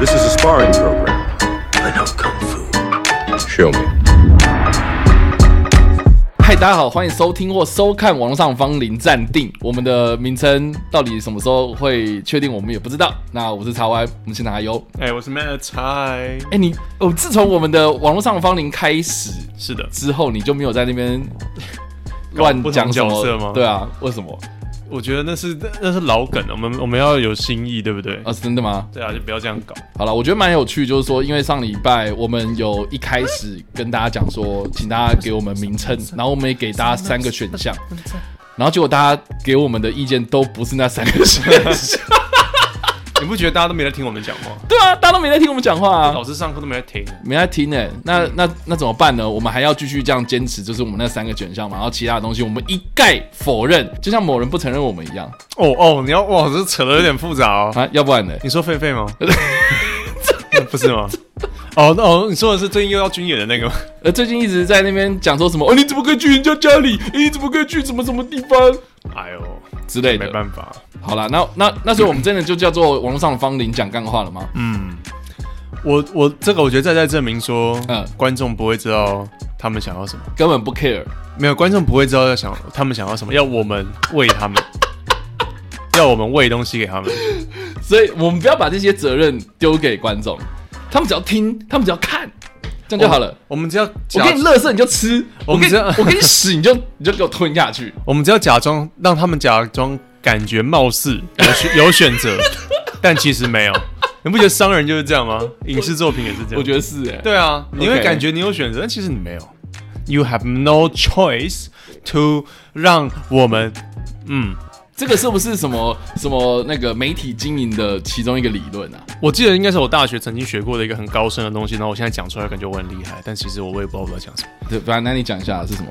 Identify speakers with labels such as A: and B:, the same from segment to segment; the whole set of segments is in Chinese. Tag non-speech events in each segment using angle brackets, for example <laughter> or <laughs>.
A: sparring program. I know kung fu. Show me.
B: 嗨，大家好，欢迎收听或收看《网络上方零暂定》。我们的名称到底什么时候会确定，我们也不知道。那我是茶 Y，我们现场还有。
C: 哎、我是 Matt，嗨，
B: 哎，你哦，自从我们的《网络上方零》开始
C: 是的，
B: 之后，你就没有在那边
C: 搞
B: 乱
C: 不同
B: 讲什
C: 角
B: 么
C: 色吗
B: 对啊，为什么？
C: 我觉得那是那是老梗了，啊我们我们要有新意，对不对？
B: 啊，是真的吗？
C: 对啊，就不要这样搞。
B: 好了，我觉得蛮有趣，就是说，因为上礼拜我们有一开始跟大家讲说，请大家给我们名
C: <laughs>
B: 称，然后我们也给大家三个选项，然后结果大家给我们的意见都不是那三
C: <laughs>
B: 个选项，
C: 你不觉得大家都没在听我们讲话？
B: 对啊，大家都没在听我们讲话啊
C: 老。师上课都没在听，
B: 没在听呢、欸那那那怎么办呢？我们还要继续这样坚持，就是我们那三个选项嘛，然后其他的东西我们一概否认，就像某人不承认我们一样
C: 哦哦，你要哇，这扯的有点复杂哦。
B: 啊，要不然呢？
C: 你说狒狒吗？ <laughs> 不是吗？哦哦，你说的是最近又要军演的那个吗？
B: 呃，最近一直在那边讲说什么，哦，你怎么可以去人家家里？哎你怎么可以去什么什么地方
C: 哎呦，
B: 之类
C: 没
B: 的？
C: 办法，
B: 好啦，那那那所以我们真的就叫做网络上的芳龄讲干话了吗？
C: 我我这个我觉得再再证明说，
B: 嗯
C: 观众不会知道他们想要什么，
B: 根本不 care。
C: 没有观众不会知道要想他们想要什么，要我们喂他 <laughs> 们，要我们喂东西给他们。
B: 所以我们不要把这些责任丢给观众，他们只要听，他们只要看，这样就好了。
C: 我们只要
B: 我
C: 假，
B: 给你乐色你就吃，
C: 我
B: 我
C: 们
B: 给你
C: 这样
B: 我给你屎你就你就给我吞下去。
C: 我们只要假装让他们假装感觉貌似有选有选 <laughs> 择，但其实没有。你不觉得商人就是这样吗？影视作品也是这样。
B: 我觉
C: 得
B: 得是哎、
C: 对啊，你会感觉你有选择，但其实你没有。You have no choice to 让我们嗯。
B: 这个是不是什么什么那个媒体经营的其中一个理论啊？
C: 我记得应该是我大学曾经学过的一个很高深的东西，然后我现在讲出来感觉我很厉害，但其实我我也不知道我在讲什么，
B: 对，不然那你讲一下是什么？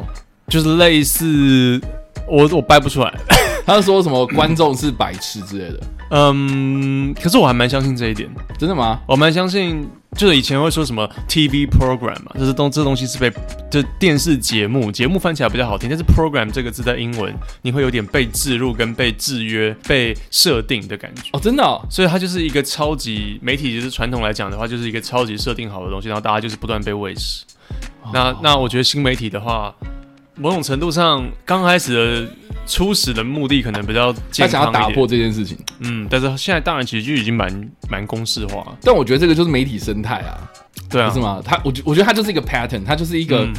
C: 就是类似我我掰不出来， <laughs>
B: 他是说什么观众是白痴之类的，
C: 嗯，可是我还蛮相信这一点，
B: 真的吗？
C: 我蛮相信，就是以前会说什么 TV program 嘛，就是东这东西是被这电视节目节目翻起来比较好听，但是 program 这个字在英文你会有点被置入跟被制约、被设定的感觉。
B: 哦，真的、哦，
C: 所以它就是一个超级媒体，就是传统来讲的话，就是一个超级设定好的东西，然后大家就是不断被喂食。
B: 哦
C: 那那我觉得新媒体的话，某种程度上刚开始的初始的目的可能比较
B: 他
C: 健
B: 想
C: 康
B: 要
C: 一点
B: 打破这件事情，
C: 嗯，但是现在当然其实就已经蛮蛮公式化了，
B: 但我觉得这个就是媒体生态啊。
C: 对啊，
B: 不是吗？它我觉我觉得它就是一个 pattern，它就是一个、
C: 嗯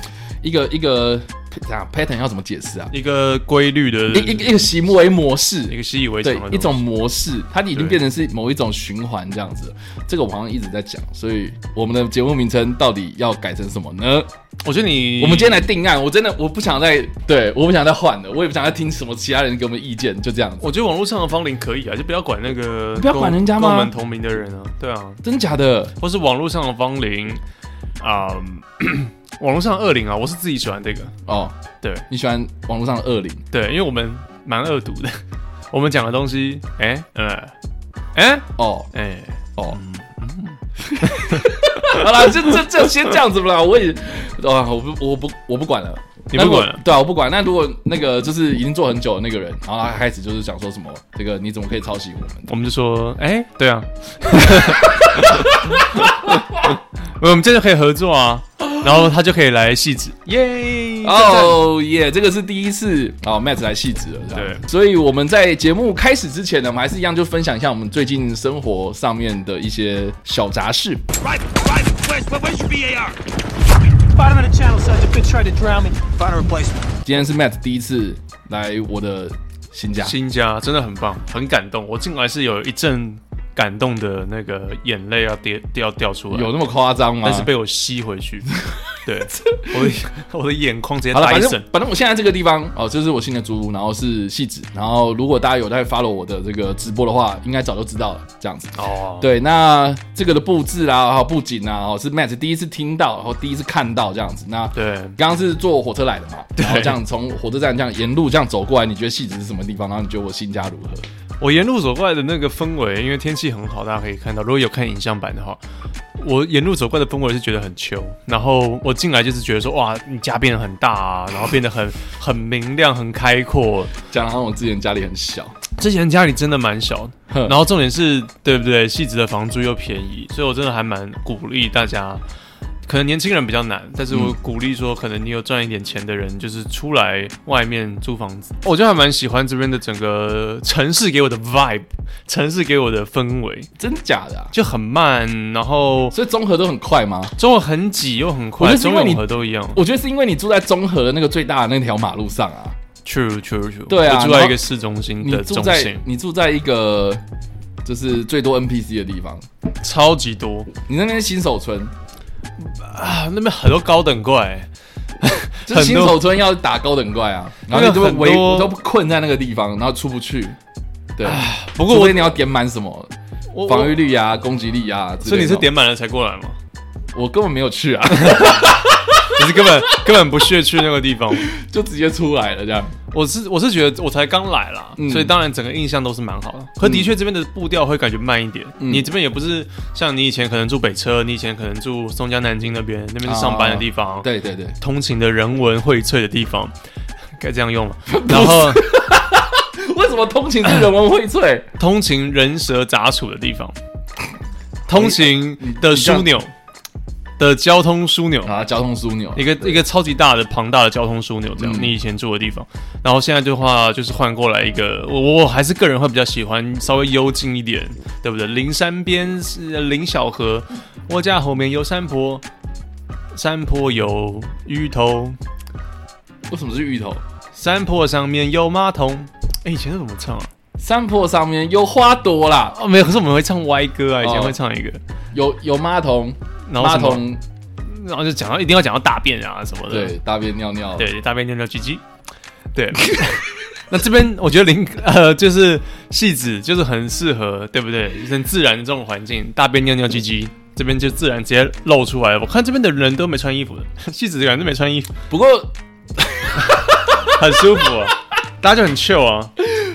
B: 一个一个这样 pattern 要怎么解释啊？
C: 一个规律的
B: 一一个一个行为模式，
C: 一个习以为常
B: 对
C: 的东西
B: 一种模式，它已经
C: 对
B: 变成是某一种循环这样子。这个我好像一直在讲，所以我们的节目名称到底要改成什么呢？
C: 我觉得你
B: 我们今天来定案，我真的我不想再对，我不想再换了，我也不想再听什么其他人给我们意见，就这样子。
C: 我觉得网络上的芳龄可以啊，就不要管那个
B: 不要
C: 跟我
B: 管人家吗
C: 跟我们同名的人啊，对啊，
B: 真假的？
C: 或是网络上的芳龄啊， <clears throat> 网络上的恶灵啊，我是自己喜欢这个，
B: 哦，
C: 对
B: 你喜欢网络上的恶灵？
C: 对，因为我们蛮恶毒的， <laughs> 我们讲的东西，哎、呃，哎、
B: 哦
C: 哎、
B: 哦，
C: 嗯
B: <laughs> 好啦，这这这先这样子吧，我也，啊，我不我不我不管了，
C: 你不
B: 那如果
C: 管了
B: 对啊，我不管。那如果那个就是已经做很久的那个人，然后他开始就是讲说什么，这个你怎么可以抄袭我们？
C: 我们就说，哎、对
B: <laughs>
C: 啊，我们这就可以合作啊，然后他就可以来戏子， <laughs> 耶，
B: 哦耶，这个是第一次哦，Matt 来细致了，这样
C: 对
B: 所以我们在节目开始之前呢，我们还是一样就分享一下我们最近生活上面的一些小杂事。
D: Right, right, where's, where- where's your BAR? Bottom of the channel, Sergeant. Bitch tried to drown me. Find a replacement.
B: 今天是 Matt 第一次来我的新家，
C: 新家真的很棒，很感动。我进来是有一阵感动的那个眼泪要跌掉掉出来，
B: 有那么夸张吗？
C: 但是被我吸回
B: <laughs>
C: 去。对，我的我的眼眶直接
B: 好了，
C: 打
B: 反
C: 一
B: 正
C: 整。
B: 反正我现在这个地方哦，这是我新的租屋，然后是戏子，然后如果大家有在 follow 我的这个直播的话，应该早就知道了，这样子。
C: 哦，
B: 对，那这个的布置啊，还有布景啊，哦，是 Matt 第一次听到，然后第一次看到这样子。那
C: 对
B: 刚刚是坐火车来的嘛，然后这样从火车站这样沿路这样走过来，你觉得戏子是什么地方？然后你觉得我新家如何？
C: 我沿路走过来的那个氛围，因为天气很好，大家可以看到。如果有看影像版的话，我沿路走过来的氛围是觉得很秋。然后我进来就是觉得说，哇，你家变得很大啊，然后变得很很明亮、很开阔。
B: 讲得好像我之前家里很小，
C: 之前家里真的蛮小的，
B: <laughs> 哼
C: 然后重点是对不对？戏子的房租又便宜，所以我真的还蛮鼓励大家。可能年轻人比较难，但是
B: 嗯
C: 我鼓励说，可能你有赚一点钱的人，就是出来外面租房子。我就还蛮喜欢这边的整个城市给我的 vibe，城市给我的氛围
B: 真假的啊？
C: 就很慢，然后
B: 所以综合都很快吗？
C: 中文很挤又很
B: 我
C: 快，
B: 觉得是
C: 中
B: 因为
C: 永
B: 你
C: 和都一样。
B: 我觉得是因为你住在综合的那个最大的那条马路上啊，
C: True true true，
B: 对啊
C: 我住
B: 然
C: 在
B: 后
C: 一个市中心
B: 你
C: 的
B: 住
C: 中
B: 在
C: 心，
B: 你住在一个就是最多 NPC 的地方，
C: 超级多
B: 你那边是新手村，
C: 啊，那边很多高等怪，
B: 就是
C: 很
B: 新
C: 多
B: 手村要打高等怪啊，然后
C: 那个
B: 你就会
C: 很
B: 围
C: 多
B: 都困在那个地方，然后出不去。对，
C: 不过
B: 除
C: 我
B: 非你要点满什么
C: 我
B: 防御，力啊、攻击力啊之类的，
C: 所以你是点满了才过来吗？
B: 我根本没有去啊，
C: 你是根本 <laughs> 根本不屑去那个地方。
B: 就直接出来了这样。
C: 我是我是觉得我才刚来啦，
B: 嗯
C: 所以当然整个印象都是蛮好的。可的确这边的步调会感觉慢一点。
B: 嗯
C: 你这边也不是像你以前可能住北车，你以前可能住松江南京那边，那边是上班的地方。
B: 对对对，
C: 通勤的人文荟萃的地方， <laughs> 该这样用吗？然后
B: 为什么通勤是人文荟萃？
C: 通勤人舌杂处的地方， <laughs> 哎通勤的
B: 你这样
C: 枢纽的交通枢纽，
B: 啊，交通枢纽，
C: 一个一个超级大的庞大的交通枢纽，这样、
B: 嗯
C: 你以前住的地方，然后现在的话就是换过来一个，我我还是个人会比较喜欢稍微幽静一点，对不对？灵山边是林小河，我家后面有山坡，山坡有鱼头，
B: 为什么是芋头？
C: 山坡上面有马桶。哎、以前是怎么唱啊？
B: 山坡上面有花朵啦，
C: 哦，没有，可是我们会唱歪歌啊，以前
B: 哦
C: 会唱一个，
B: 有有马桶，
C: 然后
B: 马
C: 什么，
B: 桶
C: 然后就讲到一定要讲到大便啊什么的，
B: 对大便尿尿，
C: 对，大便尿尿鸡鸡，对。 <laughs> 那这边我觉得林呃就是戏子就是很适合，对不对？很自然的这种环境，大便尿尿鸡鸡，这边就自然直接露出来了。我看这边的人都没穿衣服的， <laughs> 戏子感觉没穿衣服，
B: 不过
C: 很舒服 <laughs> 啊，大家就很 chill 啊。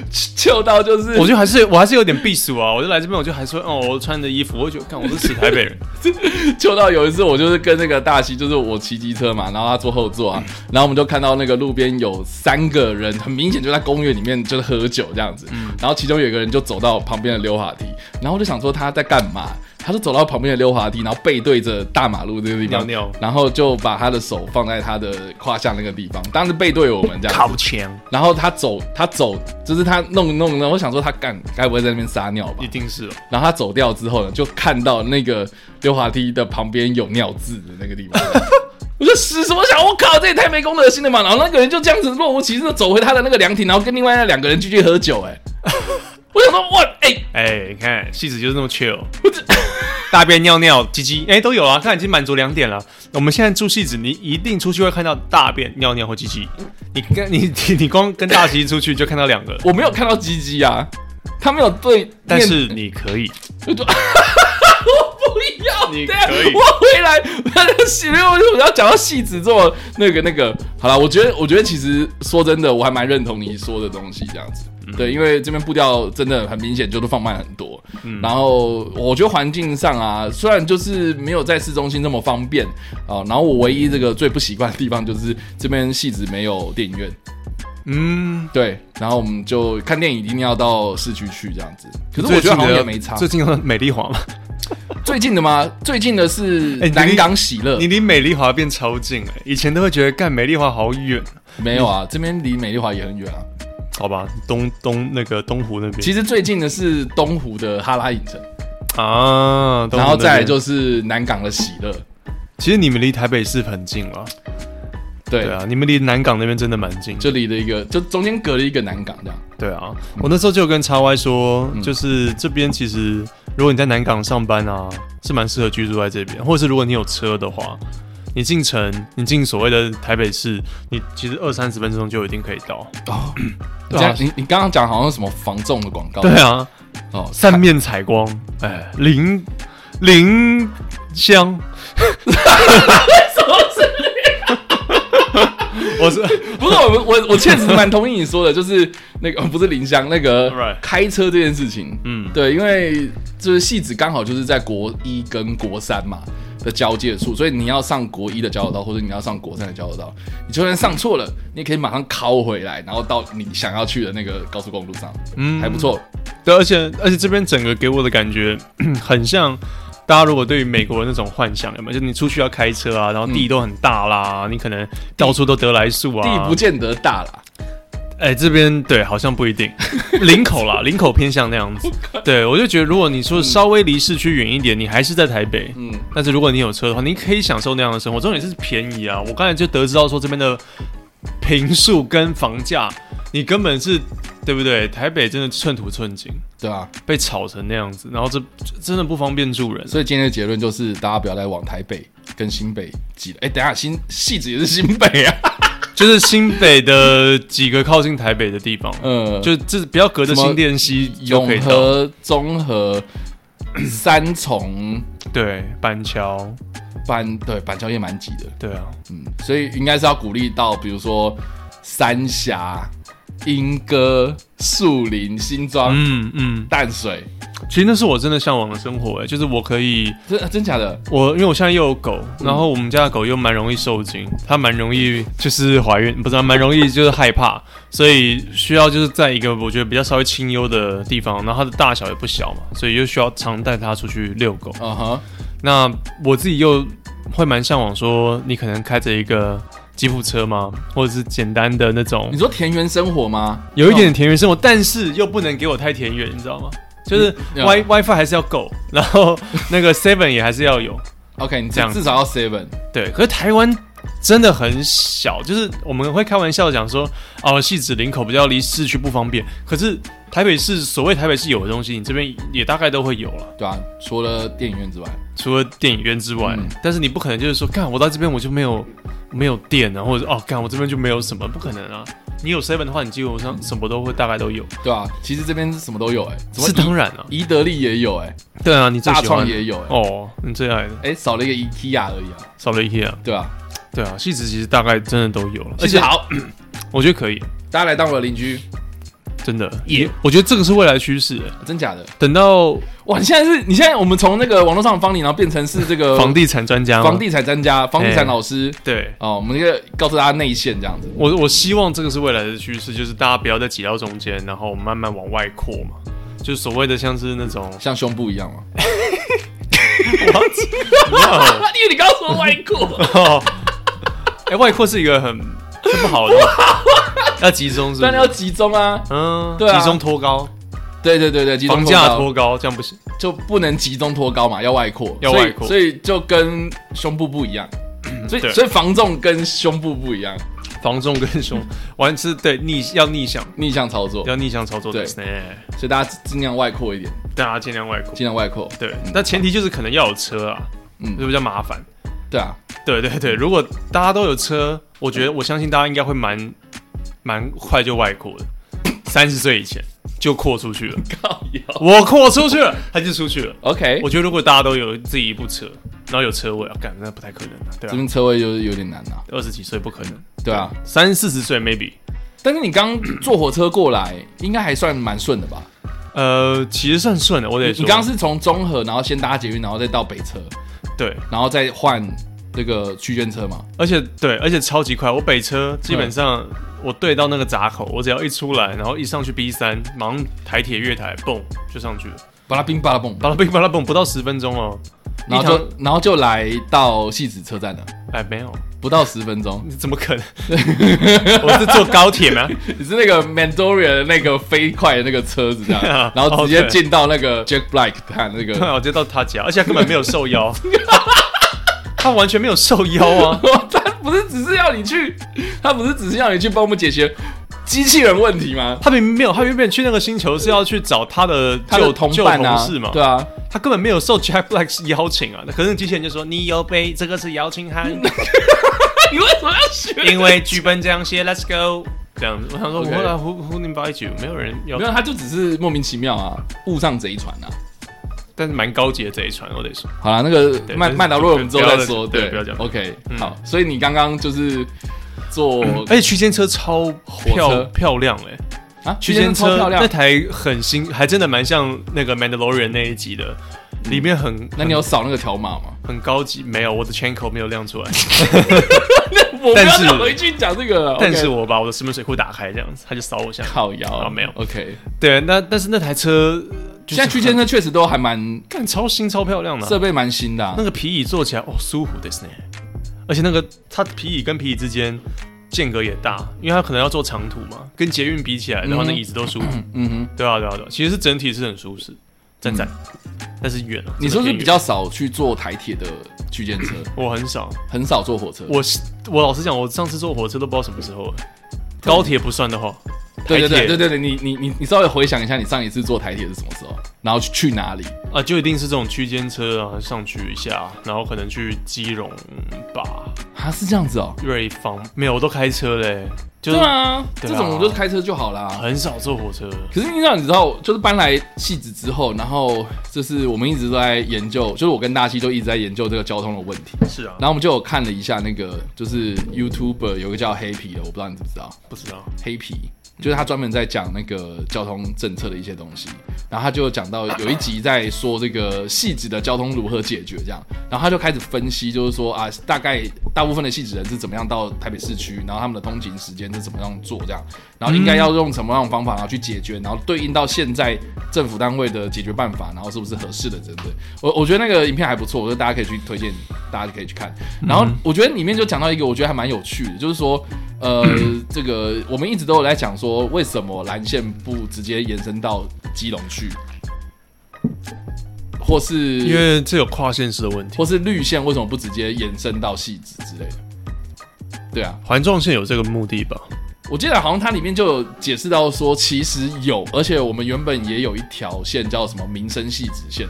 B: 嗅到就是，
C: 我就还是我还是有点避暑啊，我就来这边我就还说哦，我穿着衣服，我就看我是死台北人，
B: <laughs> 就到有一次，我就是跟那个大西，就是我骑机车嘛，然后他坐后座啊，
C: 嗯
B: 然后我们就看到那个路边有三个人，很明显就在公园里面就是喝酒这样子，
C: 嗯
B: 然后其中有一个人就走到旁边的溜滑梯，然后我就想说他在干嘛，他就走到旁边的溜滑梯，然后背对着大马路这个地方，
C: 尿尿
B: 然后就把他的手放在他的胯下那个地方，当时背对我们这样子，
C: 靠墙
B: 然后他走，他走，就是他弄一弄呢。然后我想说他干，该不会在那边撒尿吧
C: 一？定是哦。
B: 然后他走掉之后呢，就看到那个溜滑梯的旁边有尿渍的那
C: <laughs>
B: 个地方。我就死什么想，我靠，这也太没公德心了嘛！然后那个人就这样子若无其事的走回他的那个凉亭，然后跟另外那两个人继续喝
C: <laughs>
B: 酒、哎，我想说，哇，哎、
C: 哎、你看戏子就是那么 chill，大便、尿尿、鸡鸡，哎、都有啊。看已经满足两点了。我们现在住戏子，你一定出去会看到大便、尿尿或鸡鸡。你跟 <laughs> 你你你光跟大西出去就看到两个，
B: <laughs> 我没有看到鸡鸡啊，他没有对，
C: 但是你可以，
B: 我
C: <laughs>
B: 就我不要，
C: 你
B: 等下
C: 可以
B: 我回来，我洗了，我我要讲到戏子这么那个那个，好了，我觉得我觉得其实说真的，我还蛮认同你说的东西这样子。
C: 嗯
B: 对，因为这边步调真的很明显，就都放慢很多。
C: 嗯
B: 然后我觉得环境上啊，虽然就是没有在市中心这么方便啊、然后我唯一这个最不习惯的地方就是这边戏子没有电影院，
C: 嗯，
B: 对，然后我们就看电影一定要到市区去这样子。可是我觉得好像也没差。
C: 最近有美丽
B: <laughs>
C: 华嘛，
B: 最近的吗？最近的是
C: 哎你
B: 南港喜乐，
C: 你离美丽华变超近了、以前都会觉得干美丽华好远，
B: 没有啊？这边离美丽华也很远啊。
C: 好吧，东东那个东湖那边
B: 其实最近的是东湖的哈拉影城，
C: 啊，东湖
B: 然后再来就
C: 那边
B: 是南港的喜乐。
C: 其实你们离台北市很近了，
B: 对，
C: 对啊，你们离南港那边真的蛮近的，
B: 就离了一个，就中间隔了一个南港这样。
C: 对啊，我那时候就有跟叉 Y 说，就是这边其实如果你在南港上班啊，是蛮适合居住在这边，或者是如果你有车的话，你进城，你进所谓的台北市，你其实二三十分钟就一定可以到。
B: 哦，
C: 对
B: 这
C: 啊
B: 样你你刚刚讲好像什么防重的广告？
C: 对啊，
B: 哦，
C: 三面采光，哎，林林香， <laughs> 我是
B: 不是我我我确实蛮同意你说的，就是那个不是林香那个
C: Right
B: 开车这件事情，
C: 嗯
B: 对，因为就是戏子刚好就是在国一跟国三嘛，对的交界处，所以你要上国一的交流道，或者你要上国三的交流道，你就算上错了，你也可以马上拷回来，然后到你想要去的那个高速公路上，嗯，还不错。
C: 对，而且而且这边整个给我的感觉 <clears throat> 很像。大家如果对于美国的那种幻想，有没有？就你出去要开车啊，然后地都很大啦，你可能到处都得来速啊。
B: 嗯地不见得大啦，
C: 哎、这边对，好像不一
B: <laughs>
C: 定，林口啦，林口偏向那样
B: 哦
C: 子。对，我就觉得，如果你说稍微离市区远一点，你还是在台北，嗯，但是如果你有车的话，你可以享受那样的生活。重点是便宜啊！我刚才就得知到说，这边的平数跟房价，你根本是对不对？台北真的寸土寸金，
B: 对啊。
C: 被炒成那样子，然后这这真的不方便住人。啊
B: 所以今天的结论就是，大家不要再往台北跟新北挤了。哎、等一下新戏子也是新北啊，
C: <laughs> 就是新北的几个靠近台北的地方，
B: 嗯，
C: 就这不要隔着
B: 什么
C: 新店溪就可以
B: 永
C: 到。
B: 和、中和、三重、
C: 对，板桥，
B: 板对板桥也蛮挤的，
C: 对啊，
B: 所以应该是要鼓励到，比如说三峡、莺歌、树林、新庄、
C: 嗯嗯，
B: 淡水，
C: 其实那是我真的向往的生活、哎，就是我可以，
B: 真真假的？
C: 我因为我现在又有狗，然后我们家的狗又蛮容易受惊，它蛮容易就是怀孕，不是、啊、蛮容易就是害怕，所以需要就是在一个我觉得比较稍微清幽的地方，然后它的大小也不小嘛，所以又需要常带它出去遛狗。
B: 嗯哼，
C: 那我自己又会蛮向往说，你可能开着一个吉普车吗，或者是简单的那种
B: 你，说田园生活吗？
C: 有一点田园生活，但是又不能给我太田园，你知道吗？就是
B: 嗯
C: Wi WiFi 还是要够，然后那
B: <laughs>
C: 个 Seven 也还是要有，
B: 那种 OK，你
C: 这样
B: 至少要 seven。
C: 对。可是台湾真的很小，就是我们会开玩笑讲说，哦，戏子林口比较离市区不方便，可是台北市所谓台北市有的东西，你这边也大概都会有了。
B: 对啊，除了电影院之外，
C: 除了电影院之外，
B: 嗯
C: 但是你不可能就是说，干我到这边我就没有没有电啊，或者是哦，干我这边就没有什么，不可能啊。你有 seven 的话，你基本上什么都会大概都有，
B: 对啊，其实这边什么都有哎、什么
C: 是当然啊。
B: 宜得利也有哎、
C: 对啊，你最
B: 大
C: 喜欢
B: 创也有哎、
C: 哦，你最爱的
B: 哎、少了一个 IKEA 而已啊，
C: 少了 IKEA，
B: 对啊，
C: 对啊，戏子其实大概真的都有了，
B: 其实
C: 而且
B: 好，
C: 我觉得可以，
B: 大家来当我的邻居，
C: 真的也，我觉得这个是未来趋势。
B: 真假的？
C: 等到
B: 哇，你现在是你现在我们从那个网络上的方你，然后变成是这个
C: <laughs> 房地产专家吗，
B: 呃房地产专家、房地产老师。
C: 对
B: 哦，我们这个告诉大家内线这样子，
C: 我我希望这个是未来的趋势，就是大家不要再挤到中间，然后慢慢往外扩嘛，就是所谓的像是那
B: <laughs>
C: 种
B: 像胸部一
C: <laughs>
B: 样吗？
C: 哦
B: 因为你刚刚说外扩， <laughs>
C: 哦，哎、外扩是一个很是不
B: <laughs>
C: 好的，要集中是不
B: 当
C: 是？
B: 然要集中啊。
C: 嗯，
B: 对啊
C: 集中脱高，
B: 对对对对，集中
C: 房
B: 脱
C: 价
B: 高
C: 脱高，这样不行。
B: 就不能集中脱高嘛，要外扩，
C: 要
B: 所以
C: 外扩
B: 所以就跟胸部不一样，所以
C: 对
B: 所以防重跟胸部不一样，
C: 房仲跟
B: <laughs>
C: 熊完是对逆要逆向，
B: 逆向操作，
C: 要逆向操作
B: 对
C: 的，哎
B: 所以大家尽量外扩一点，
C: 大家尽量外扩。
B: 尽量外扩，
C: 对，那前提就是可能要有车啊，
B: 嗯
C: 嗯，就比较麻烦。
B: 对啊，
C: 对对对，如果大家都有车，我觉得我相信大家应该会蛮蛮快就外扩的，三十岁以前就扩出去了。
B: <laughs> 靠腰
C: 我扩出去了，他就出去了。
B: ，OK，
C: <laughs> 我觉得如果大家都有自己一部车，然后有车位啊，干那不太可能啊，对
B: 这
C: 啊
B: 边，车位就是有点难啊，
C: 二十几岁不可能，
B: 对啊，
C: 三四十岁 maybe。
B: 但是你刚坐火车过来，应该还算蛮顺的吧？
C: 呃，其实算顺的，我得说，
B: 你刚刚是从中和，然后先搭捷运，然后再到北车，
C: 对，
B: 然后再换这个区间车嘛，
C: 而且对，而且超级快。我北车基本上我对到那个闸口，我只要一出来，然后一上去 B 三，马上台铁月台蹦就上去了，
B: 巴拉冰巴拉蹦，
C: 巴拉蹦巴拉蹦，不到十分钟哦。
B: 然后
C: 一
B: 就
C: 趟
B: 然后就来到戏子车站了，
C: 哎没有，
B: 不到十分钟。
C: <laughs> 你怎么可
B: <laughs>
C: 能？我是坐高铁吗？，
B: 你是那个 Mandoria 的那个飞快的那个车子这样
C: <laughs>
B: 然后直接
C: 啊 OK
B: 进到那个 Jack Black 和
C: <laughs>
B: 那个，
C: 我就到他家，而且他根本没有受
B: <laughs>
C: 邀，他完全没有受邀啊。
B: 他不是只是要你去， <laughs> 他不是只是要你去帮我们解决机器人问题吗？
C: 他明明没有，他原本去那个星球是要去找他的
B: 他的
C: 旧
B: 同
C: 旧
B: 伴啊
C: 同事嘛，
B: 对啊，
C: 他根本没有受 Jack Black 邀请啊。可是机器人就说：“你有杯，这个是邀请函。”
B: <laughs> 你为什么要学？
C: 因为剧本这样写，Let's go。这样子，我想说，我
B: OK
C: 后来 who who invite you？没有人要
B: 没，有，他就只是莫名其妙啊，误上贼船啊。
C: 但是蛮高级的这一船，我得说，
B: 好了，那个
C: 对
B: 曼
C: 就是
B: 曼达洛我们之后
C: 不要
B: 再说，
C: 对
B: 对，
C: 不要讲
B: OK，
C: 嗯
B: 好，所以你刚刚就是坐
C: 哎
B: 哎
C: 而且区间车超
B: 火
C: 漂
B: 车
C: 漂亮哎、
B: 啊，
C: 区
B: 区间
C: 间
B: 超
C: 车
B: 漂
C: 那
B: 亮。
C: 台很新，还真的蛮像那个 Mandalorian 那一集的，里面很
B: 那你有扫那个条码吗？
C: 很高级，没有我的圈口没有亮出来，
B: 我不
C: 但
B: 要
C: 是
B: 再回去讲这个了。
C: 但是
B: OK
C: 我把我的石门水库打开，这样子他就扫我下。
B: 靠腰
C: 啊没有
B: OK，
C: 对，那但是那台车就是
B: 现在区间
C: 很
B: 车确实都还蛮
C: 干超新超漂亮的啊、
B: 设备蛮新的啊
C: 那。个皮椅坐起来哦舒服的是呢，而且那个它皮椅跟皮椅之间间隔也大，因为它可能要坐长途嘛，跟捷运比起来，然后那椅子都舒服。
B: 嗯哼，
C: 对啊对啊对啊，其实是整体是很舒适，赞赞。但是远啊，
B: 你
C: 真
B: 是不是
C: 的偏远
B: 比较少去坐台铁的区间
C: <coughs>
B: 车，
C: 我很少，
B: 很少坐火车？
C: 我是我老实讲，我上次坐火车都不知道什么时候了。高铁不算的话，
B: 对对
C: 台
B: 对
C: 铁
B: 对对对，你你你你稍微回想一下，你上一次坐台铁是什么时候，然后去去哪里？
C: 啊，就一定是这种区间车啊，上去一下，然后可能去基隆吧、
B: 啊，是这样子哦。
C: 瑞芳，没有，我都开车嘞，就是
B: 对啊，
C: 对
B: 这
C: 啊
B: 种我就开车就好啦。
C: 很少坐火车。
B: 可是你知道，你知道，就是搬来戏子之后，然后就是我们一直都在研究，就是我跟大西都一直在研究这个交通的问题。
C: 是啊
B: 然，后我们就有看了一下那个，就是 YouTuber 有个叫黑皮的，我不知道你知不知道
C: 不啊知道，
B: 黑皮。就是他专门在讲那个交通政策的一些东西，然后他就讲到有一集在说这个细致的交通如何解决这样，然后他就开始分析，就是说啊，大概大部分的细致人是怎么样到台北市区，然后他们的通勤时间是怎么样做这样，然后应该要用什么样的方法然后去解决，然后对应到现在政府单位的解决办法，然后是不是合适的，真的，我我觉得那个影片还不错，我觉得大家可以去推荐，大家可以去
C: 嗯
B: 看。然后我觉得里面就讲到一个我觉得还蛮有趣的，就是说，
C: <clears throat>
B: 呃，这个我们一直都有在讲说，为什么蓝线不直接延伸到基隆去，或是
C: 因为这有跨县市的问题
B: 或，是绿线为什么不直接延伸到细致之类的？对啊，
C: 环状线有这个目的吧？
B: 我记得好像它里面就有解释到说，其实有，而且我们原本也有一条线叫什么民生系直线，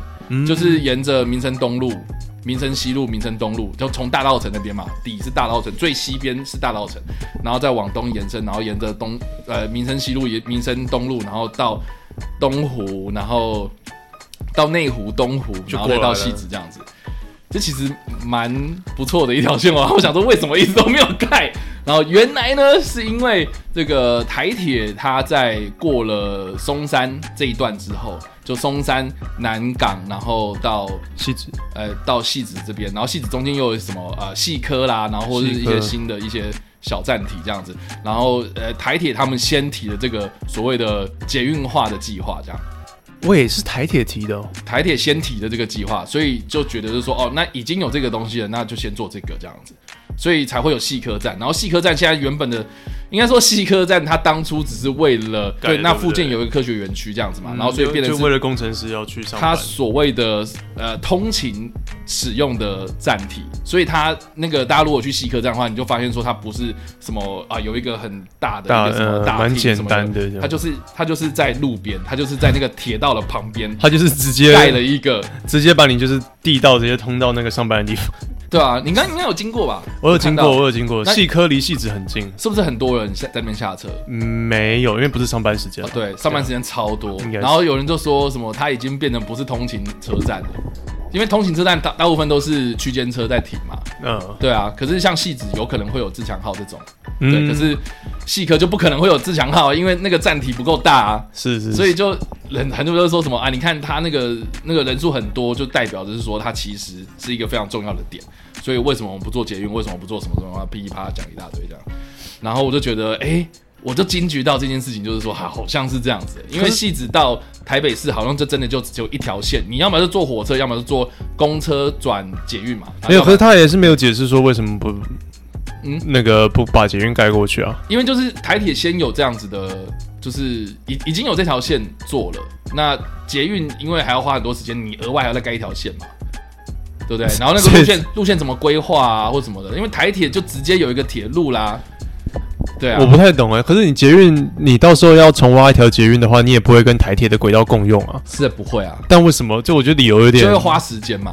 B: 就是沿着民生东路、民生西路、民生东路，就从大稻城那边嘛，底是大稻城，最西边是大稻城，然后再往东延伸，然后沿着东呃民生西路、也民生东路，然后到东湖，然后到内湖、东湖，
C: 就过
B: 然后
C: 来
B: 再
C: 了
B: 到西子这样子。这其实蛮不错的一条线哦。我想说，为什么一直都没有盖？然后原来呢，是因为这个台铁它在过了松山这一段之后，就松山南港，然后到
C: 西子
B: 呃到戏子这边，然后戏子中间又有什么呃戏科啦，然后或者是一
C: 戏科
B: 些新的一些小站体这样子，然后呃台铁他们先提的这个所谓的捷运化的计划这样。
C: 我也是台铁提的、哦，
B: 台铁先提的这个计划，所以就觉得就是说，哦，那已经有这个东西了，那就先做这个这样子，所以才会有细科站。然后细科站现在原本的，应该说细科站它当初只是为了
C: 改的
B: 对那
C: 对不
B: 附近
C: 对嗯
B: 有一个科学园区这样子嘛，然后所以变成
C: 就是为了工程师要去上
B: 它
C: 班，
B: 所谓的呃通勤使用的站体，所以它那个大家如果去西客站的话，你就发现说它不是什么啊、有一个很大的
C: 大
B: 一个什么
C: 呃
B: 大
C: 蛮
B: 厅
C: 简
B: 什么
C: 单的这样
B: 它就是它就是在路边，它就是在那个铁道的旁边
C: <laughs> 他就是直接
B: 盖了一个，
C: 直接把你就是地道直接通到那个上班的地方。
B: 对啊，你刚应该有经过吧？
C: 我有经
B: 看
C: 过，
B: 到
C: 我有经过，
B: 那
C: 细科离细子很近，
B: 是不是很多人下在那边下车？
C: 嗯没有，因为不是上班时间
B: 哦，。对，上班时间超多
C: 应，该是
B: 然后有人就说什么它已经变成不是通勤车站了，因为通勤车站大大部分都是区间车在停嘛，
C: 嗯
B: 对啊，可是像戏子有可能会有自强号这种，对，
C: 嗯，
B: 可是戏科就不可能会有自强号，因为那个站体不够大啊，
C: 是是，
B: 所以就人很多人都说什么啊，你看他那个那个人数很多，就代表就是说他其实是一个非常重要的点，所以为什么我们不做捷运，为什么不做什么什么，噼里啪啦讲一大堆这样，然后我就觉得哎。我就惊觉到这件事情，就是说，啊好像是这样子，因为
C: 可是
B: 戏子到台北市好像就真的就只有一条线，你要么就坐火车，要么就坐公车转捷运嘛。
C: 没有，
B: 要
C: 可
B: 么
C: 是他也是没有解释说为什么不，
B: 嗯
C: 那个不把捷运盖过去啊？
B: 因为就是台铁先有这样子的，就是已已经有这条线做了，那捷运因为还要花很多时间，你额外还要再盖一条线嘛，
C: <laughs>
B: 对不对？然后那个路线路线怎么规划啊，或什么的，因为台铁就直接有一个铁路啦，对啊
C: 我，不太懂哎。可是你捷运，你到时候要重挖一条捷运的话，你也不会跟台铁的轨道共用啊。
B: 是不会啊，
C: 但为什么？就我觉得理由有
B: 就
C: 点
B: 会，花时间嘛，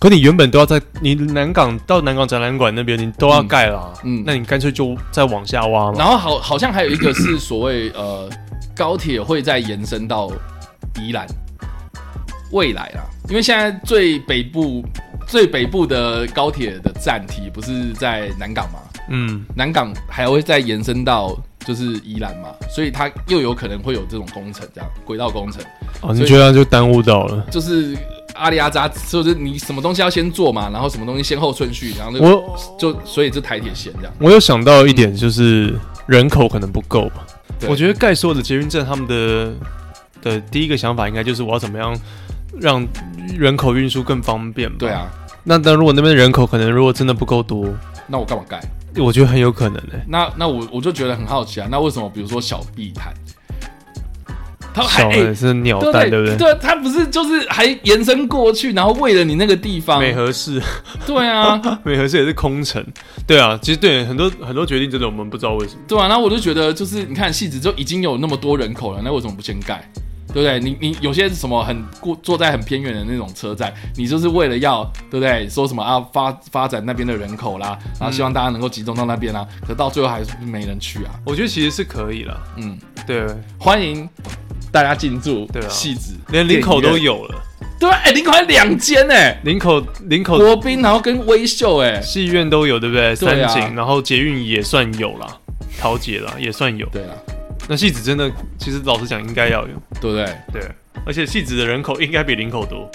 C: 可你原本都要在你南港到南港展览馆那边，你都要盖了、啊嗯，
B: 嗯嗯
C: 那你干脆就再往下挖嘛。
B: 然后好好像还有一个是所谓呃高铁会再延伸到宜兰未来啦，因为现在最北部最北部的高铁的站体不是在南港吗？
C: 嗯，
B: 南港还会再延伸到就是宜兰嘛，所以它又有可能会有这种工程，这样轨道工程，
C: 哦，
B: 所
C: 你
B: 以
C: 觉得就耽误到了？
B: 就是阿里阿扎，就是你什么东西要先做嘛，然后什么东西先后顺序，然后就
C: 我
B: 就所以就台铁线这样。
C: 我有想到一点，就是人口可能不够吧。
B: 对
C: 我觉得盖所有的捷运站，他们的的第一个想法应该就是我要怎么样让人口运输更方便吧。
B: 对，啊，
C: 那但如果那边的人口可能如果真的不够多，
B: 那我干嘛盖？
C: 我觉得很有可能欸诶、
B: 那那我我就觉得很好奇啊，那为什么比如说小碧潭，他还
C: 小
B: 哎
C: 的是鸟
B: 对不
C: 蛋，对不
B: 对？
C: 对？
B: 对，他不是就是还延伸过去，然后为了你那个地方，
C: 美和市， <laughs>
B: 对啊，
C: 美和市也是空城，对啊，其实对很多很多决定真的我们不知道为什么，
B: 对啊，那我就觉得就是你看戏子就已经有那么多人口了，那为什么不先盖？对不对？你你有些什么很过坐在很偏远的那种车站，你就是为了要对不对？说什么啊发发展那边的人口啦，然后
C: 嗯
B: 希望大家能够集中到那边啦，啊可到最后还是没人去啊。
C: 我觉得其实是可以了，
B: 嗯，
C: 对，
B: 欢迎大家进驻
C: 对啊
B: 戏子，
C: 连领口都
B: 电影院，
C: 有了，
B: 对啊，哎、林口还两间哎、
C: 领口领口
B: 国宾然后跟微秀哎、
C: 戏院都有，对不对？
B: 对
C: 三
B: 啊
C: 井，然后捷运也算有啦，桃姐啦也算有。
B: 对啦，啊
C: 那戏子真的，其实老实讲应该要有，
B: 对不对？
C: 对。而且戏子的人口应该比林口多，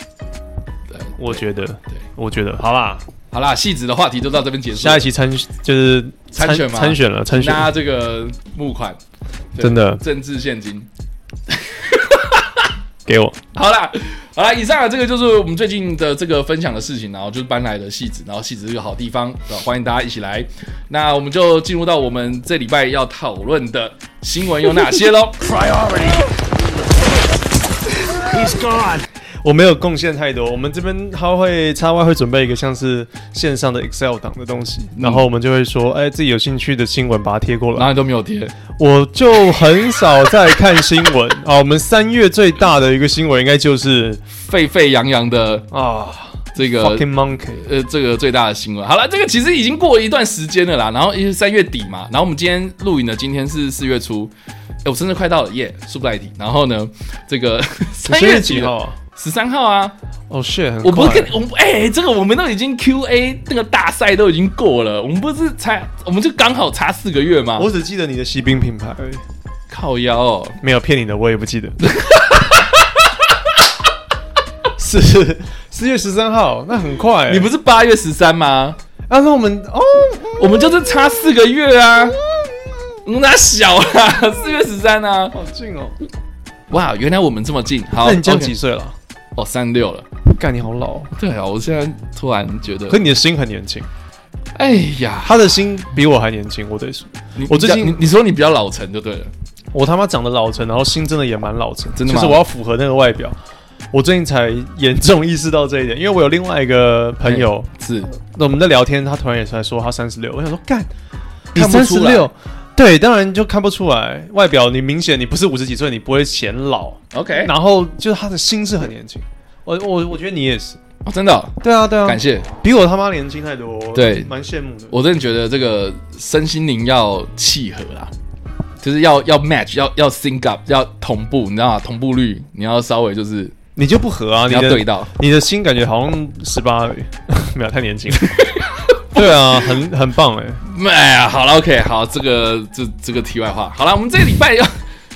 B: 对，
C: 我觉得，
B: 对，
C: 我觉得，好啦，
B: 好啦，戏子的话题就到这边结束。
C: 下一期参就是
B: 参选吗
C: 参选了，参选
B: 大家这个募款，对
C: 真的
B: 政治现金。
C: 给我，
B: 好啦，好啦，以上啊，这个就是我们最近的这个分享的事情，然后就是搬来的戏子，然后戏子是个好地方，对吧欢迎大家一起来。那我们就进入到我们这礼拜要讨论的新闻有哪些喽？
D: He's gone.
C: 我没有贡献太多，我们这边他会插外会准备一个像是线上的 Excel 档的东西，
B: 嗯
C: 然后我们就会说，哎、自己有兴趣的新闻把它贴过来
B: <laughs> 然。后你都没有贴，
C: 我就很少在看新闻 <laughs> 啊。我们三月最大的一个新闻应该就是
B: 沸沸扬扬的
C: 啊
B: 这个
C: ，Fucking Monkey，
B: 呃，这个最大的新闻。好了，这个其实已经过了一段时间了啦。然后因为三月底嘛，然后我们今天录影的今天是四月初，哎，我生日快到了 <laughs> 耶，恕不代替。然后呢，这个 <laughs> 三
C: 月
B: 月哦
C: 几号？啊？
B: 十三号啊，
C: 哦、shit，很
B: 我不是
C: 快
B: 跟你我们哎、这个我们都已经 Q A 那个大赛都已经过了，我们不是才我们就刚好差四个月吗？
C: 我
B: 我
C: 只记得你的西兵品牌而已，
B: 靠腰哦，
C: 没有骗你的，我也不 <laughs> 记得。是四月十三号，那很快欸、
B: 你不是八月十三吗？
C: 啊？那我们哦，
B: 我们就是差四个月啊，嗯那小啦，四月十三啊，
C: 好近哦。
B: 哇，原来我们这么近。好，
C: 那你今年
B: OK
C: 几岁了？
B: 哦，三六了。
C: 干，你好老哦。
B: 对啊，我现在突然觉
C: 可
B: 得，
C: 你的心很年轻，
B: 哎呀，
C: 他的心比我还年轻，我得说，
B: 你
C: 我最近
B: 你你说你比较老成就对了，
C: 我他妈长得老成，然后心真的也蛮老成，
B: 真的吗
C: 就是我要符合那个外表。我最近才严重意识到这一点，因为我有另外一个朋友，
B: 哎是
C: 那我们在聊天，他突然也才说他三十六，我想说干，你
B: 看不
C: 三
B: 出
C: 十
B: 来
C: 六，对，当然就看不出来，外表你明显你不是五十几岁，你不会显老，
B: OK，
C: 然后就是他的心是很年轻，我我我觉得你也是，
B: 哦真的哦，
C: 对啊对啊，
B: 感谢。
C: 比我他妈年轻太多，
B: 对
C: 蛮羡慕的。
B: 我真的觉得这个身心灵要契合啦，就是要要 match，要要 sync up，要同步，你知道吗？同步率你要稍微就是
C: 你就不合啊，
B: 你
C: 你
B: 要
C: 的
B: 对到
C: 你的心感觉好像十八而已， <laughs> 没有太年 <laughs> 轻了。对啊，很很棒哎、
B: 哎呀，好了，OK，好，这个这这个题外话，好了，我们这个礼拜要